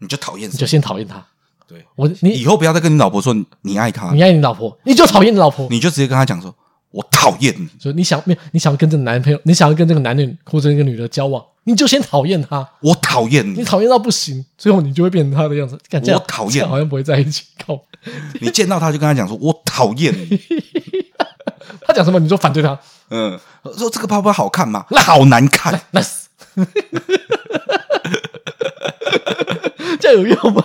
[SPEAKER 2] 你就讨厌
[SPEAKER 1] 你
[SPEAKER 2] 什
[SPEAKER 1] 就
[SPEAKER 2] 么。
[SPEAKER 1] 先讨厌他。
[SPEAKER 2] 对，
[SPEAKER 1] 我你
[SPEAKER 2] 以后不要再跟你老婆说你你爱她，
[SPEAKER 1] 你爱你老婆，你就讨厌你老婆。
[SPEAKER 2] 你就直接跟她讲说，我讨厌你，
[SPEAKER 1] 所以你想没有？你想要跟这个男朋友，你想要跟这个男人或者那个女的交往，你就先讨厌他，
[SPEAKER 2] 我讨厌
[SPEAKER 1] 你
[SPEAKER 2] 你，
[SPEAKER 1] 讨厌到不行，最后你就会变成他的样子。感觉
[SPEAKER 2] 我讨厌
[SPEAKER 1] 好像不会在一起。靠，
[SPEAKER 2] 你见到她就跟她讲说，我讨厌 你。
[SPEAKER 1] 他讲什么你就反对他。
[SPEAKER 2] 嗯，说这个包包好看 吗？好难看，
[SPEAKER 1] nice，这样有用吗？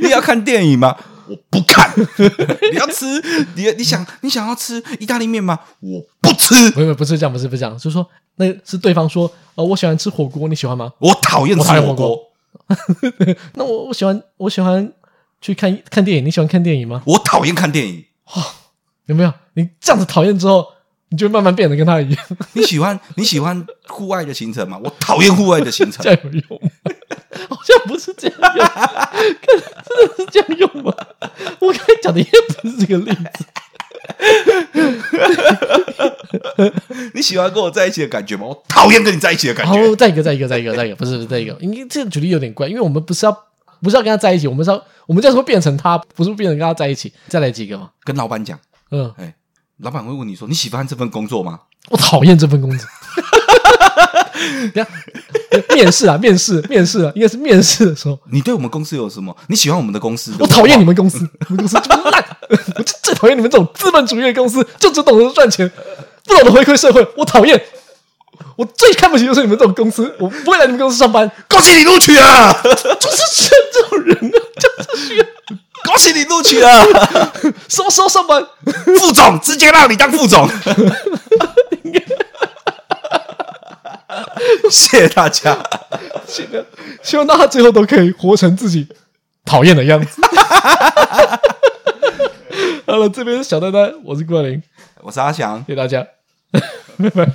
[SPEAKER 2] 你要看电影吗？我不看。 你要吃，你你想你想要吃意大利面吗？我不吃，
[SPEAKER 1] 没有，不是这样，不是不是这样，就是说那是对方说，呃，我喜欢吃火锅，你喜欢吗？
[SPEAKER 2] 我讨厌
[SPEAKER 1] 我
[SPEAKER 2] 吃
[SPEAKER 1] 讨厌
[SPEAKER 2] 火
[SPEAKER 1] 火锅
[SPEAKER 2] 锅，
[SPEAKER 1] 那我我喜欢我喜欢去看看电影，你喜欢看电影吗？
[SPEAKER 2] 我讨厌看电影。
[SPEAKER 1] 有没有？你这样子讨厌之后，你就会慢慢变得跟他一样，
[SPEAKER 2] 你喜欢你喜欢户外的行程吗？我讨厌户外的行 程
[SPEAKER 1] 这。样有用吗？好像不是这样用， 看真的是这样用吗？我刚才讲的也不是这个例子，
[SPEAKER 2] 你喜欢跟我在一起的感觉吗？我讨厌跟你在一起的感
[SPEAKER 1] 然
[SPEAKER 2] 觉。
[SPEAKER 1] 后再一个，再一个，再一个，再一个，不是不是再一个，你这个举例有点怪，因为我们不是要不是要跟他在一起，我们是要我们这样会变成他，不是变成跟他在一起，再来几个嘛？
[SPEAKER 2] 跟老板讲，
[SPEAKER 1] 嗯，
[SPEAKER 2] 哎、老板会问你说你喜欢这份工作吗？
[SPEAKER 1] 我讨厌这份工作。 等一下面试啊，面试，面试啊，应该是面试的时候，
[SPEAKER 2] 你对我们公司有什么？你喜欢我们的公司？
[SPEAKER 1] 我讨厌你们公司，你们公司就是烂，我就最讨厌你们这种资本主义的公司，就只懂得赚钱，不懂得回馈社会，我讨厌。我最看不起就是你们这种公司，我不会来你们公司上班，
[SPEAKER 2] 恭喜你录取了，
[SPEAKER 1] 就是需要这种人啊，就是需要
[SPEAKER 2] 恭喜你录取了，
[SPEAKER 1] 什么时候上班？
[SPEAKER 2] 副总直接让你当 副总。 谢谢大家，
[SPEAKER 1] 希望大家最后都可以活成自己讨厌的样子。 好了，这边是小丹丹，我是冠霖，
[SPEAKER 2] 我是阿翔。
[SPEAKER 1] 谢谢大家，拜拜。